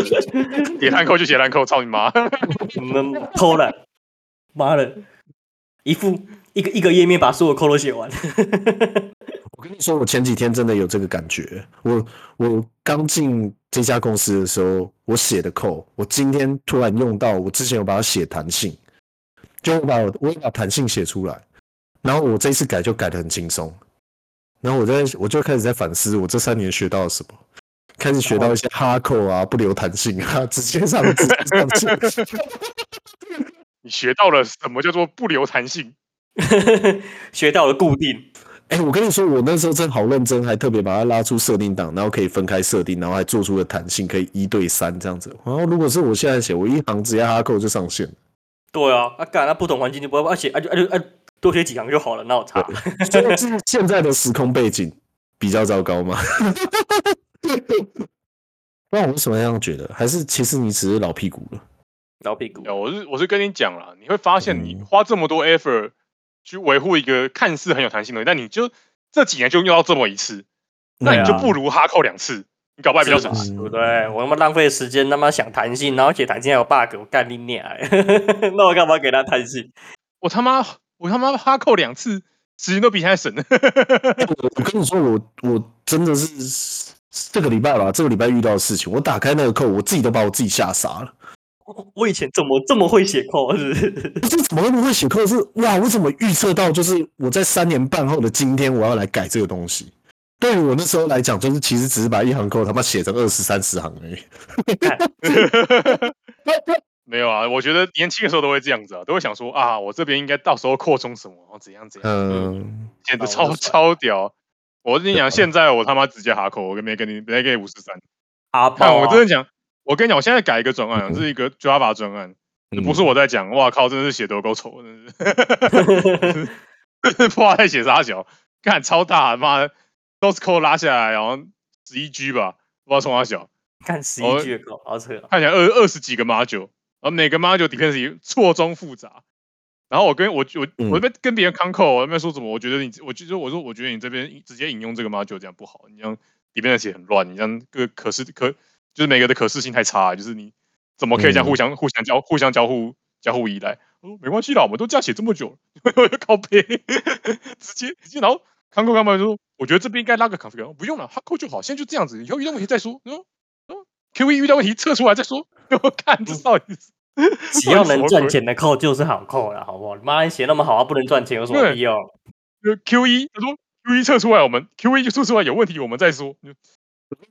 Speaker 1: [LAUGHS]
Speaker 2: 解写烂扣就写烂扣，操你妈！
Speaker 1: 你们偷懒，妈的，一副一个一个页面把所有扣都写完。
Speaker 3: 我我跟你说，我前几天真的有这个感觉。我我刚进这家公司的时候，我写的扣，我今天突然用到，我之前有把它写弹性，就我把我我也把弹性写出来，然后我这一次改就改的很轻松，然后我在我就开始在反思我这三年学到了什么。开始学到一些哈扣啊，不留弹性啊，直接上直接上去。
Speaker 2: 你学到了什么叫做不留弹性？
Speaker 1: 学到了 [LAUGHS] 固定，
Speaker 3: 哎、我跟你说，我那时候真好认真，还特别把它拉出设定档，然后可以分开设定，然后还做出了弹性，可以一对三这样子。然后如果是我现在写，我一行直接哈扣就上线了。
Speaker 1: 对啊，啊干，那不同环境就不会，而且啊就啊就啊多学几行就好了，那我差。
Speaker 3: 所以是现在的时空背景比较糟糕吗？ [LAUGHS] 不然我为什么要这样觉得？还是其实你只是老屁股了？
Speaker 1: [LAUGHS] 老屁股，
Speaker 2: 呃我是我是跟你讲啦，你会发现你
Speaker 3: 嗯
Speaker 2: 花这么多 effort 去维护一个看似很有弹性的东西，但你就这几年就用到这么一次，那你就
Speaker 1: 对啊
Speaker 2: 不如哈扣两次，你搞不好还比较
Speaker 1: 是
Speaker 2: 省
Speaker 1: 吧
Speaker 2: 事。
Speaker 1: 对不对？我他妈浪费时间，他妈想弹性，然后写弹性还有 bug，我干你娘欸！ [LAUGHS] 那我干嘛给他弹性？
Speaker 2: 我他妈我他妈哈扣两次，时间都比你还省。
Speaker 3: 我我跟你说，我我真的是这个礼拜吧，这个礼拜遇到的事情，我打开那个扣，我自己都把我自己吓傻了。
Speaker 1: 我以前怎么这么会写扣？是不是？
Speaker 3: 不是怎么会不会写扣是哇，我怎么预测到就是我在三年半后的今天我要来改这个东西？对于我那时候来讲，就是其实只是把一行扣他妈写成二十三十行而已。
Speaker 2: [LAUGHS] 没有啊，我觉得年轻的时候都会这样子啊，都会想说啊，我这边应该到时候扩充什么，然后怎样怎样，
Speaker 3: 嗯，
Speaker 2: 简直
Speaker 1: 啊我
Speaker 2: 超
Speaker 1: 就烦
Speaker 2: 超屌。我跟你讲，现在我他妈直接哈扣，我跟没跟你没给你五十三。
Speaker 1: 阿
Speaker 2: 看，
Speaker 1: 炮
Speaker 2: 我
Speaker 1: 啊，
Speaker 2: 真的讲，我跟你讲，我现在改一个专案，啊
Speaker 3: 嗯
Speaker 2: 这是一个 Java 专案，不是我在讲，哇靠，真的是写得有够丑，真
Speaker 1: [LAUGHS]
Speaker 2: 的是， [LAUGHS] 不知道在写啥小，看超大，妈的，Dosco 拉下来，然后十一 G 吧，不知道从哪小，
Speaker 1: 看十
Speaker 2: 我
Speaker 1: 一句的扣，
Speaker 2: [LAUGHS]
Speaker 1: 好扯啊。
Speaker 2: 看起来二二十几个 module，然后每个 module dependency 错综复杂。然后我跟我我我
Speaker 3: 嗯
Speaker 2: 那边跟别人 c o n c o 我那边说什么？我觉得你，我就我说我觉得你这边直接引用这个 module 这样不好，你这样 dependency 很乱，你这样各可视可就是每个的可视性太差了，就是你怎么可以这样
Speaker 3: 嗯
Speaker 2: 互相、互相交互相交互交互依赖？我说没关系啦，我们都这样写这么久了， [LAUGHS] 我就靠背， [LAUGHS] 直接直接然后 c o n c o 干嘛说？我觉得这边应该拉个 config，不用了，哈扣就好，现在就这样子，以后遇到问题再说。然后 Q E 遇到问题测出来再说。 [LAUGHS] 我看这到底是
Speaker 1: 只要能赚，钱的扣就是好扣了，好不好？你妈你写那么好啊，不能赚钱有什么
Speaker 2: 对
Speaker 1: 必要？
Speaker 2: Q E 他说 Q E 测出来，我们 Q E 就测出来有问题，我们再说。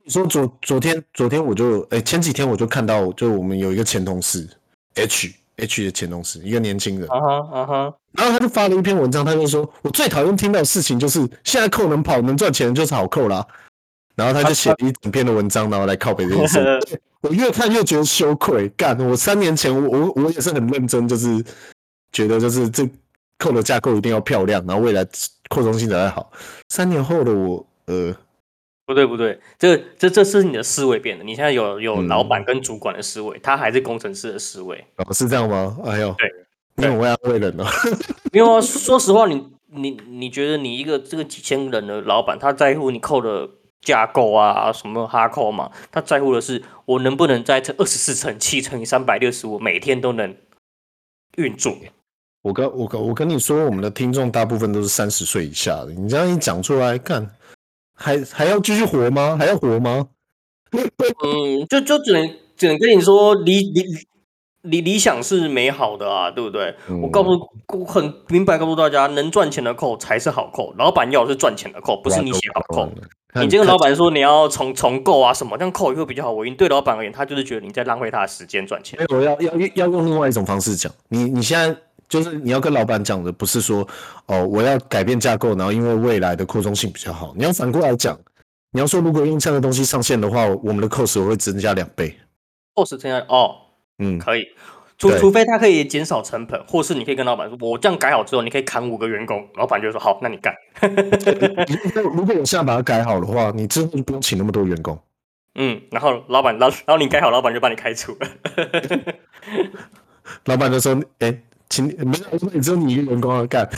Speaker 3: 你说昨昨天昨天我就哎、前几天我就看到，就我们有一个前同事 H H 的前同事，一个年轻人，
Speaker 1: 啊哈啊哈，
Speaker 3: 然后他就发了一篇文章，他就说：“我最讨厌听到的事情就是现在扣能跑能赚钱的就是好扣啦。”然后他就写了一整篇的文章，然后来靠北这件事。
Speaker 1: [LAUGHS]
Speaker 3: 我越看越觉得羞愧，干！我三年前我我我也是很认真，就是觉得就是这扣的架构一定要漂亮，然后未来扩充性才会好。三年后的我，呃，
Speaker 1: 不对不对，这这这是你的思维变了。你现在有有
Speaker 3: 嗯
Speaker 1: 老板跟主管的思维，他还是工程师的思维。
Speaker 3: 哦是这样吗？哎呦，
Speaker 1: 对
Speaker 3: 你很会安慰人哦。
Speaker 1: 没有啊，说实话，你你你觉得你一个这个几千人的老板，他在乎你扣的架构啊，什么哈扣嘛？他在乎的是我能不能在这二十四乘七乘以三百六十五每天都能运作。
Speaker 3: [LAUGHS] 我跟我跟我跟你说，我们的听众大部分都是三十岁以下的，你这样一讲出来，干还还要继续活吗？还要活吗？
Speaker 1: 嗯，就就只能只能跟你说，理理理理想是美好的啊，对不对？我
Speaker 3: 嗯
Speaker 1: 告诉我很明白告诉大家，能赚钱的扣才是好扣，老板要的是赚钱的扣，不是你写好扣。
Speaker 3: 看，
Speaker 1: 你这个老板说你要重重购啊什么，这样扣也会比较好。我因对老板而言，他就是觉得你在浪费他的时间赚钱
Speaker 3: 没。有，要要要用另外一种方式讲。你你现在就是你要跟老板讲的，不是说哦我要改变架构，然后因为未来的扩充性比较好。你要反过来讲，你要说如果用这样的东西上线的话，我们的 cost 会增加两倍。
Speaker 1: 或是这样哦，
Speaker 3: 嗯，
Speaker 1: 可以，除
Speaker 3: 对
Speaker 1: 除非他可以减少成本，或是你可以跟老板说，我这样改好之后，你可以砍五个员工，老板就说好，那你干。
Speaker 3: 如果如果我现在把它改好的话，你之后就不用请那么多员工。
Speaker 1: 嗯，然后老板，然后然后你改好，老板就把你开除了。
Speaker 3: 老板就说：“哎、请没有，老板只有你一个员工要干。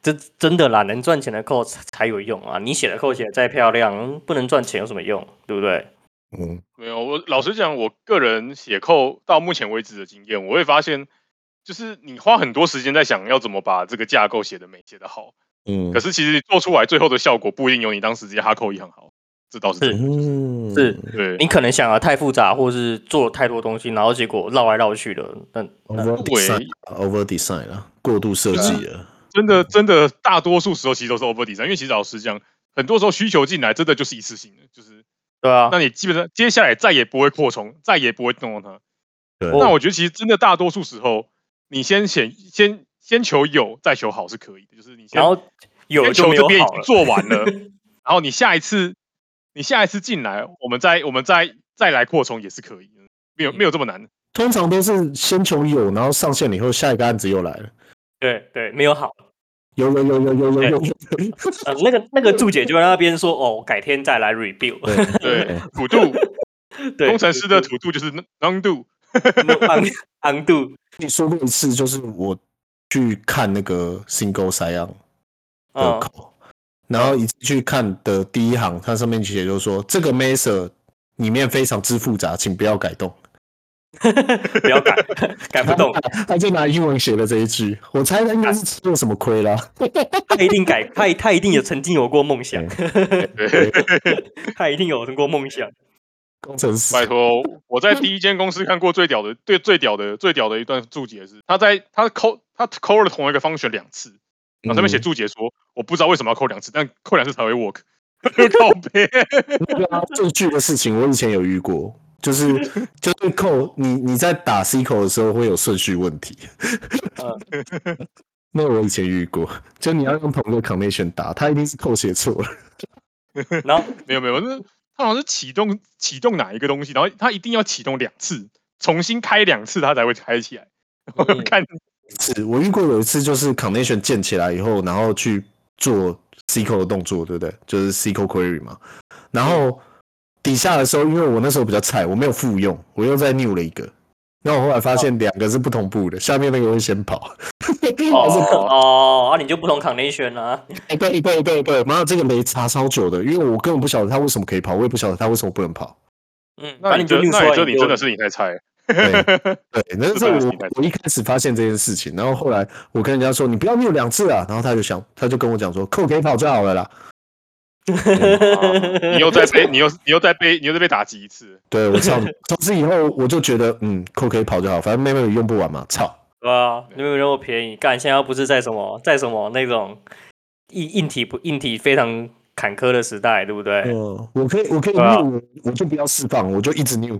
Speaker 1: 这真的啦，能赚钱的扣才才有用啊！你写的扣写的再漂亮，嗯不能赚钱有什么用，对不对？”
Speaker 3: 嗯，
Speaker 2: 没有，我老实讲，我个人写扣到目前为止的经验，我会发现，就是你花很多时间在想要怎么把这个架构写的美写的好，
Speaker 3: 嗯
Speaker 2: 可，是其实做出来最后的效果不一定有你当时直接哈扣一行好，这倒是真的
Speaker 3: 嗯
Speaker 1: 是
Speaker 2: 对。
Speaker 1: 你可能想的太复杂，或是做了太多东西，然后结果绕来绕去的，那
Speaker 3: over
Speaker 2: 对
Speaker 3: design
Speaker 2: 嗯
Speaker 3: over design 了，啊过度设计啊了，
Speaker 2: 真的真的大多数时候其实都是 over design，因为其实老实讲，很多时候需求进来真的就是一次性的，就是
Speaker 1: 对啊，
Speaker 2: 那你基本上接下来再也不会扩充，再也不会动到它。
Speaker 3: 对
Speaker 2: 那我觉得其实真的大多数时候，你先选先先求有，再求好是可以的，就是你先
Speaker 1: 然后有
Speaker 2: 先
Speaker 1: 就
Speaker 2: 求
Speaker 1: 没
Speaker 2: 这
Speaker 1: 有
Speaker 2: 边已
Speaker 1: 好
Speaker 2: 经
Speaker 1: 了，
Speaker 2: 做完
Speaker 1: [LAUGHS]
Speaker 2: 了，然后你下一次你下一次进来，我们再我们再再来扩充也是可以的，没
Speaker 1: 嗯
Speaker 2: 有没有这么难。
Speaker 3: 通常都是先求有，然后上线了以后，下一个案子又来了，
Speaker 1: 对对，没有好。
Speaker 3: 有有有有有有有，
Speaker 1: 呃，那个那个注解就在那边说，哦，改天再来 rebuild。
Speaker 3: 对
Speaker 2: [LAUGHS] 对，土度
Speaker 1: [LAUGHS] 对，
Speaker 2: 工程师的土度就是 non do，
Speaker 1: 昂昂度
Speaker 3: 你说过一次，就是我去看那个 single s i o n 的
Speaker 2: 嗯
Speaker 1: 啊，
Speaker 3: 口，然后一进去看的第一行，它上面写就说这个 Mesa 里面非常之复杂，请不要改动。
Speaker 1: 嗯不要改， [LAUGHS] 改不动，
Speaker 3: 他就拿英文写了这一句，我猜他应该是吃了什么亏啦。
Speaker 1: 他一定改，他他一定有曾经有过梦想，
Speaker 2: 对，
Speaker 1: [LAUGHS] 他一定有过梦
Speaker 2: [LAUGHS]
Speaker 1: 想。
Speaker 3: 工程师
Speaker 2: 拜托，我在第一间公司看过最屌的、最最屌的、最屌的一段注解是，他在他抠他抠了同一个方选两次，然后
Speaker 1: 嗯
Speaker 2: 上面写注解说，我不知道为什么要扣两次，但扣两次才会
Speaker 1: [LAUGHS]
Speaker 2: work，靠背。
Speaker 3: 对啊，证据的事情我以前有遇过，就是就是扣你你在打 C 口的时候会有顺序问题。 [LAUGHS] 那我以前遇过，就你要用同一个 connection 打，他一定是扣写错了。
Speaker 1: 然后
Speaker 2: 没有没有，那他好像是启动启动哪一个东西，然后他一定要启动两次，重新开两次，他才会开起来。我
Speaker 1: 嗯
Speaker 2: [LAUGHS] 看
Speaker 3: 是我遇过有一次，就是 connection 建起来以后，然后去做 SQL 的动作，对不对？就是 SQL query 嘛。然后底下的时候，因为我那时候比较菜，我没有复用，我又再 new 了一个。那我后来发现两个是不同步的，下面那个会先跑。
Speaker 1: 哦哦，啊，你就不同 connection 啊，
Speaker 3: 哎，对对对对，妈的，这个没查超久的，因为我根本不晓得他为什么可以跑，我也不晓得他为什么不能跑。
Speaker 1: 嗯，
Speaker 2: 那
Speaker 1: 反正
Speaker 2: 你
Speaker 1: 就
Speaker 2: 这
Speaker 1: 另
Speaker 2: 那
Speaker 1: 外
Speaker 2: 你这你真的是你在
Speaker 1: [LAUGHS]
Speaker 2: 猜，
Speaker 3: 对对，那
Speaker 2: 这
Speaker 3: 是
Speaker 2: 当然是
Speaker 3: 我
Speaker 2: 你在
Speaker 3: 我一开始发现这件事情，然后后来我跟人家说你不要 new 两次啊，然后他就想他就跟我讲说扣可以跑就好了啦。
Speaker 2: 啊你又在被你又你又在被你又在被打击一次。
Speaker 3: 对我操你！从此以后我就觉得，嗯，扣可以跑就好，反正妹妹用不完嘛。操！
Speaker 1: 对啊，没有那么便宜。干，现在又不是在什么在什么那种硬硬体不硬体非常坎坷的时代，对不对？
Speaker 3: 嗯，我可以，我可以
Speaker 1: 哎对啊
Speaker 3: new，、我就不要释放，我就一直 new。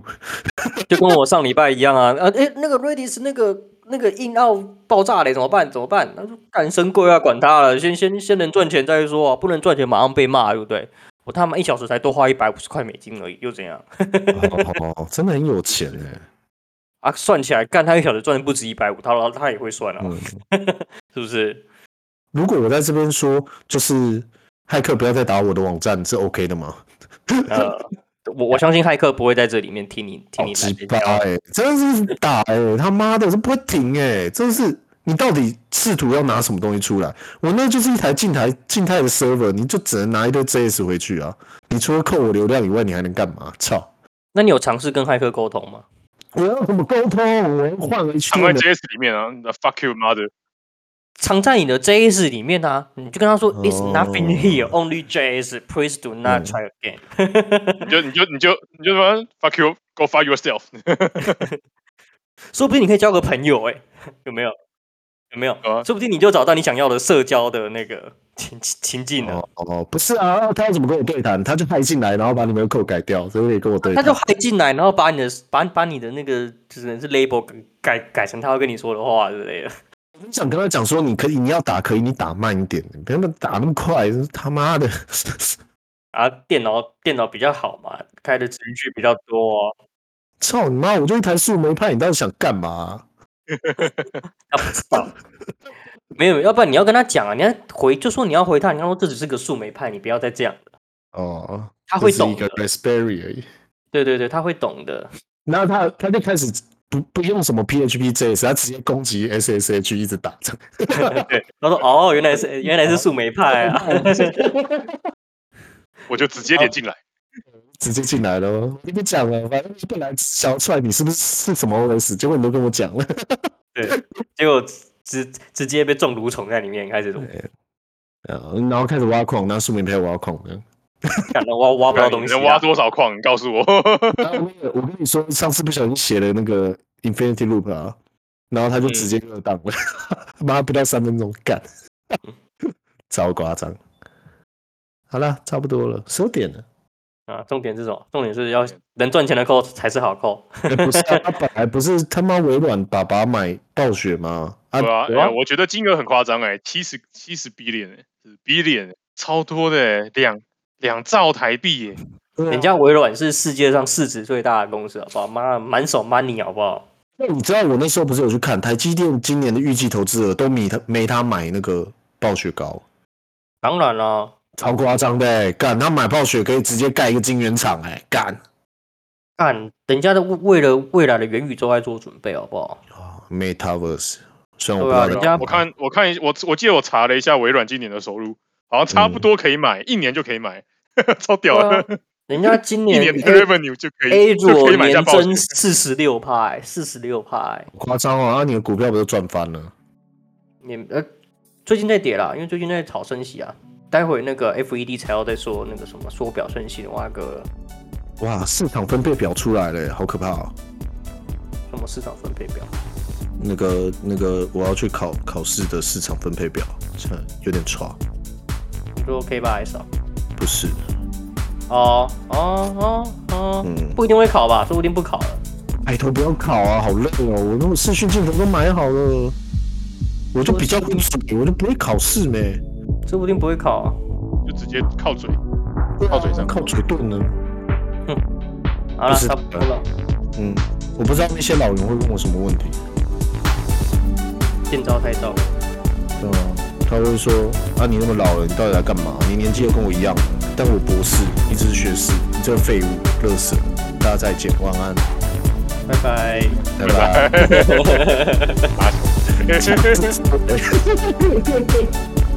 Speaker 1: 就跟我上礼拜一样啊，呃，哎，那个 Redis 那个那个硬澳爆炸嘞，怎么办？怎么办？他说干生贵啊，管他了，先先先能赚钱再说啊，不能赚钱马上被骂，对不对？我他妈一小时才多花一百五十块美金而已，又怎样？
Speaker 3: 哦，真的很有钱哎。
Speaker 1: 啊，算起来干他一小时赚的不止一百五，他老他也会算啊，
Speaker 3: 嗯，
Speaker 1: 是不是？
Speaker 3: 如果我在这边说，就是骇客不要再打我的网站，是 OK 的吗？
Speaker 1: [LAUGHS] 呃，我我相信骇客不会在这里面听你听
Speaker 3: 好
Speaker 1: 你
Speaker 3: 鸡巴
Speaker 1: 来讲
Speaker 3: 哎，真的是打哎、他妈的，我是不会停哎、真是。你到底试图要拿什么东西出来？我那就是一台静态静态的 server，你就只能拿一堆 JS 回去啊！你除了扣我流量以外，你还能干嘛？操！
Speaker 1: 那你有尝试跟骇客沟通吗？
Speaker 3: 我要怎么沟通？我要换回去
Speaker 2: 藏在 JS 里面啊那，fuck you mother，
Speaker 1: 藏在你的 JS 里面啊，你就跟他说、i t s
Speaker 3: 哦
Speaker 1: nothing here, only JS. Please do not
Speaker 3: 嗯
Speaker 1: try again.”
Speaker 2: 你就你就你就你就说 fuck you go fuck yourself， [LAUGHS]
Speaker 1: 说不定你可以交个朋友、欸，哎，有没有？有没有？
Speaker 2: 啊
Speaker 1: 说不定你就找到你想要的社交的那个情情情境了。
Speaker 3: 哦哦，不是啊，他要怎么跟我对谈？他就派进来，然后把你们的扣改掉，所以可以跟我对
Speaker 1: 他
Speaker 3: 谈。
Speaker 1: 就还进来，然后把你的把把你的那个就是是 label 改改成他要跟你说的话之类的。
Speaker 3: 你想跟他讲说，你可以，你要打可以，你打慢一点，你不要打那么快，他妈的！ [LAUGHS]
Speaker 1: 啊，电脑电脑比较好嘛，开的程序比较多、哦。
Speaker 3: 操你妈！我就一台树莓派，你到底想干嘛、啊
Speaker 1: 他不知道。没有，要不然你要跟他讲啊，你要回就说你要回他，你要说这只是个树莓派，你不要再这样了。
Speaker 3: 哦，
Speaker 1: 他会
Speaker 3: 这是
Speaker 1: 懂
Speaker 3: 一
Speaker 1: 的
Speaker 3: 个，Raspberry 而已。
Speaker 1: 对对对，他会懂的。
Speaker 3: 然后他他就开始不不用什么 PHP JS，他直接攻击 SSH 一直打。
Speaker 1: 对，他说哦，原来是原来是树莓派啊，
Speaker 2: 我就直接点进来。
Speaker 3: 直接进来了哦，我跟你讲了，反正本来想要踹你是不是是什么 OS，结果你都跟我讲了。
Speaker 1: 对，结果直直接被中毒虫在里面，开始
Speaker 3: 嗯，然后开始挖矿，然后顺便陪我挖矿这样。
Speaker 1: 看到挖挖不到东西、
Speaker 2: 你能挖
Speaker 1: 啊，
Speaker 2: 多少矿？你告诉我。
Speaker 3: 然后那个我跟你说，上次不小心写了那个 Infinity Loop 啊，然后他就直接给我档了，妈不到三分钟干，超夸张。好了，差不多了，十二点了。
Speaker 1: 啊，重点是什么？重点是要能赚钱的扣才是好扣。
Speaker 3: 哎不是、啊，他本来不是他妈微软爸爸买暴雪吗？啊，
Speaker 2: [LAUGHS] 对啊，
Speaker 1: 对啊
Speaker 2: 哎我觉得金额很夸张哎，七十七十 billion 哎是 billion 哎超多的哎，两两兆台币耶，
Speaker 3: 对啊
Speaker 1: 人家微软是世界上市值最大的公司，好不好？妈，满手 money，好不好？
Speaker 3: 那你知道我那时候不是有去看台积电今年的预计投资额都比他没他买那个暴雪高，
Speaker 1: 当然啦、
Speaker 3: 超夸张的、欸，干他买暴雪可以直接盖一个晶圆厂，哎，干
Speaker 1: 看人家都为了未来的元宇宙在做准备，好不好？
Speaker 3: 啊，Metaverse，虽然我不知
Speaker 1: 对
Speaker 3: 道在
Speaker 1: 啊人
Speaker 3: 干
Speaker 1: 家
Speaker 3: 嘛
Speaker 2: 我看我看一我我记得我查了一下微软今年的收入，好像差
Speaker 1: 嗯
Speaker 2: 不多可以买，一年就可以买， [LAUGHS] 超屌
Speaker 1: 对啊
Speaker 2: 的，
Speaker 1: 人家今
Speaker 2: 一
Speaker 1: 年
Speaker 2: 年的
Speaker 1: A-
Speaker 2: revenue 就可以
Speaker 1: A
Speaker 2: 就可
Speaker 1: 左
Speaker 2: 以买下
Speaker 1: 年
Speaker 2: 暴雪
Speaker 1: 增。四十六派，四十六派
Speaker 3: 夸张哦，那、你的股票不是赚翻了？
Speaker 1: 也呃，最近在跌啦，因为最近在炒升息啊。待会那个 FED 才要再说那个什么缩表升息的那个
Speaker 3: 哇，市场分配表出来了欸，好可怕哦！
Speaker 1: 什么市场分配表，
Speaker 3: 那个那个，我要去考考试的市场分配表，这有点差，
Speaker 1: 你说 K 八还是少？
Speaker 3: 不是？
Speaker 1: 哦哦哦哦
Speaker 3: 嗯，
Speaker 1: 不一定会考吧，说不定不考了。
Speaker 3: 拜托不要考啊，好累哦！我那个视讯镜头都买好了，我就比较不水，我就不会考试没。
Speaker 1: 说不定不会考、啊。
Speaker 2: 就直接靠嘴， [LAUGHS] 靠嘴上。
Speaker 3: 靠嘴盾呢？
Speaker 1: 好了，
Speaker 3: 不是
Speaker 1: 差不多了，
Speaker 3: 嗯，我不知道那些老人会问我什么问题，
Speaker 1: 见招拆招。
Speaker 3: 对啊，他会说啊，你那么老了，你到底来干嘛？你年纪又跟我一样，但我博士，你只是学士，你这个废物，乐色。大家再见，晚安，
Speaker 1: 拜拜。
Speaker 3: 拜
Speaker 2: [LAUGHS]
Speaker 3: [LAUGHS] 拜。
Speaker 2: 打手
Speaker 3: 这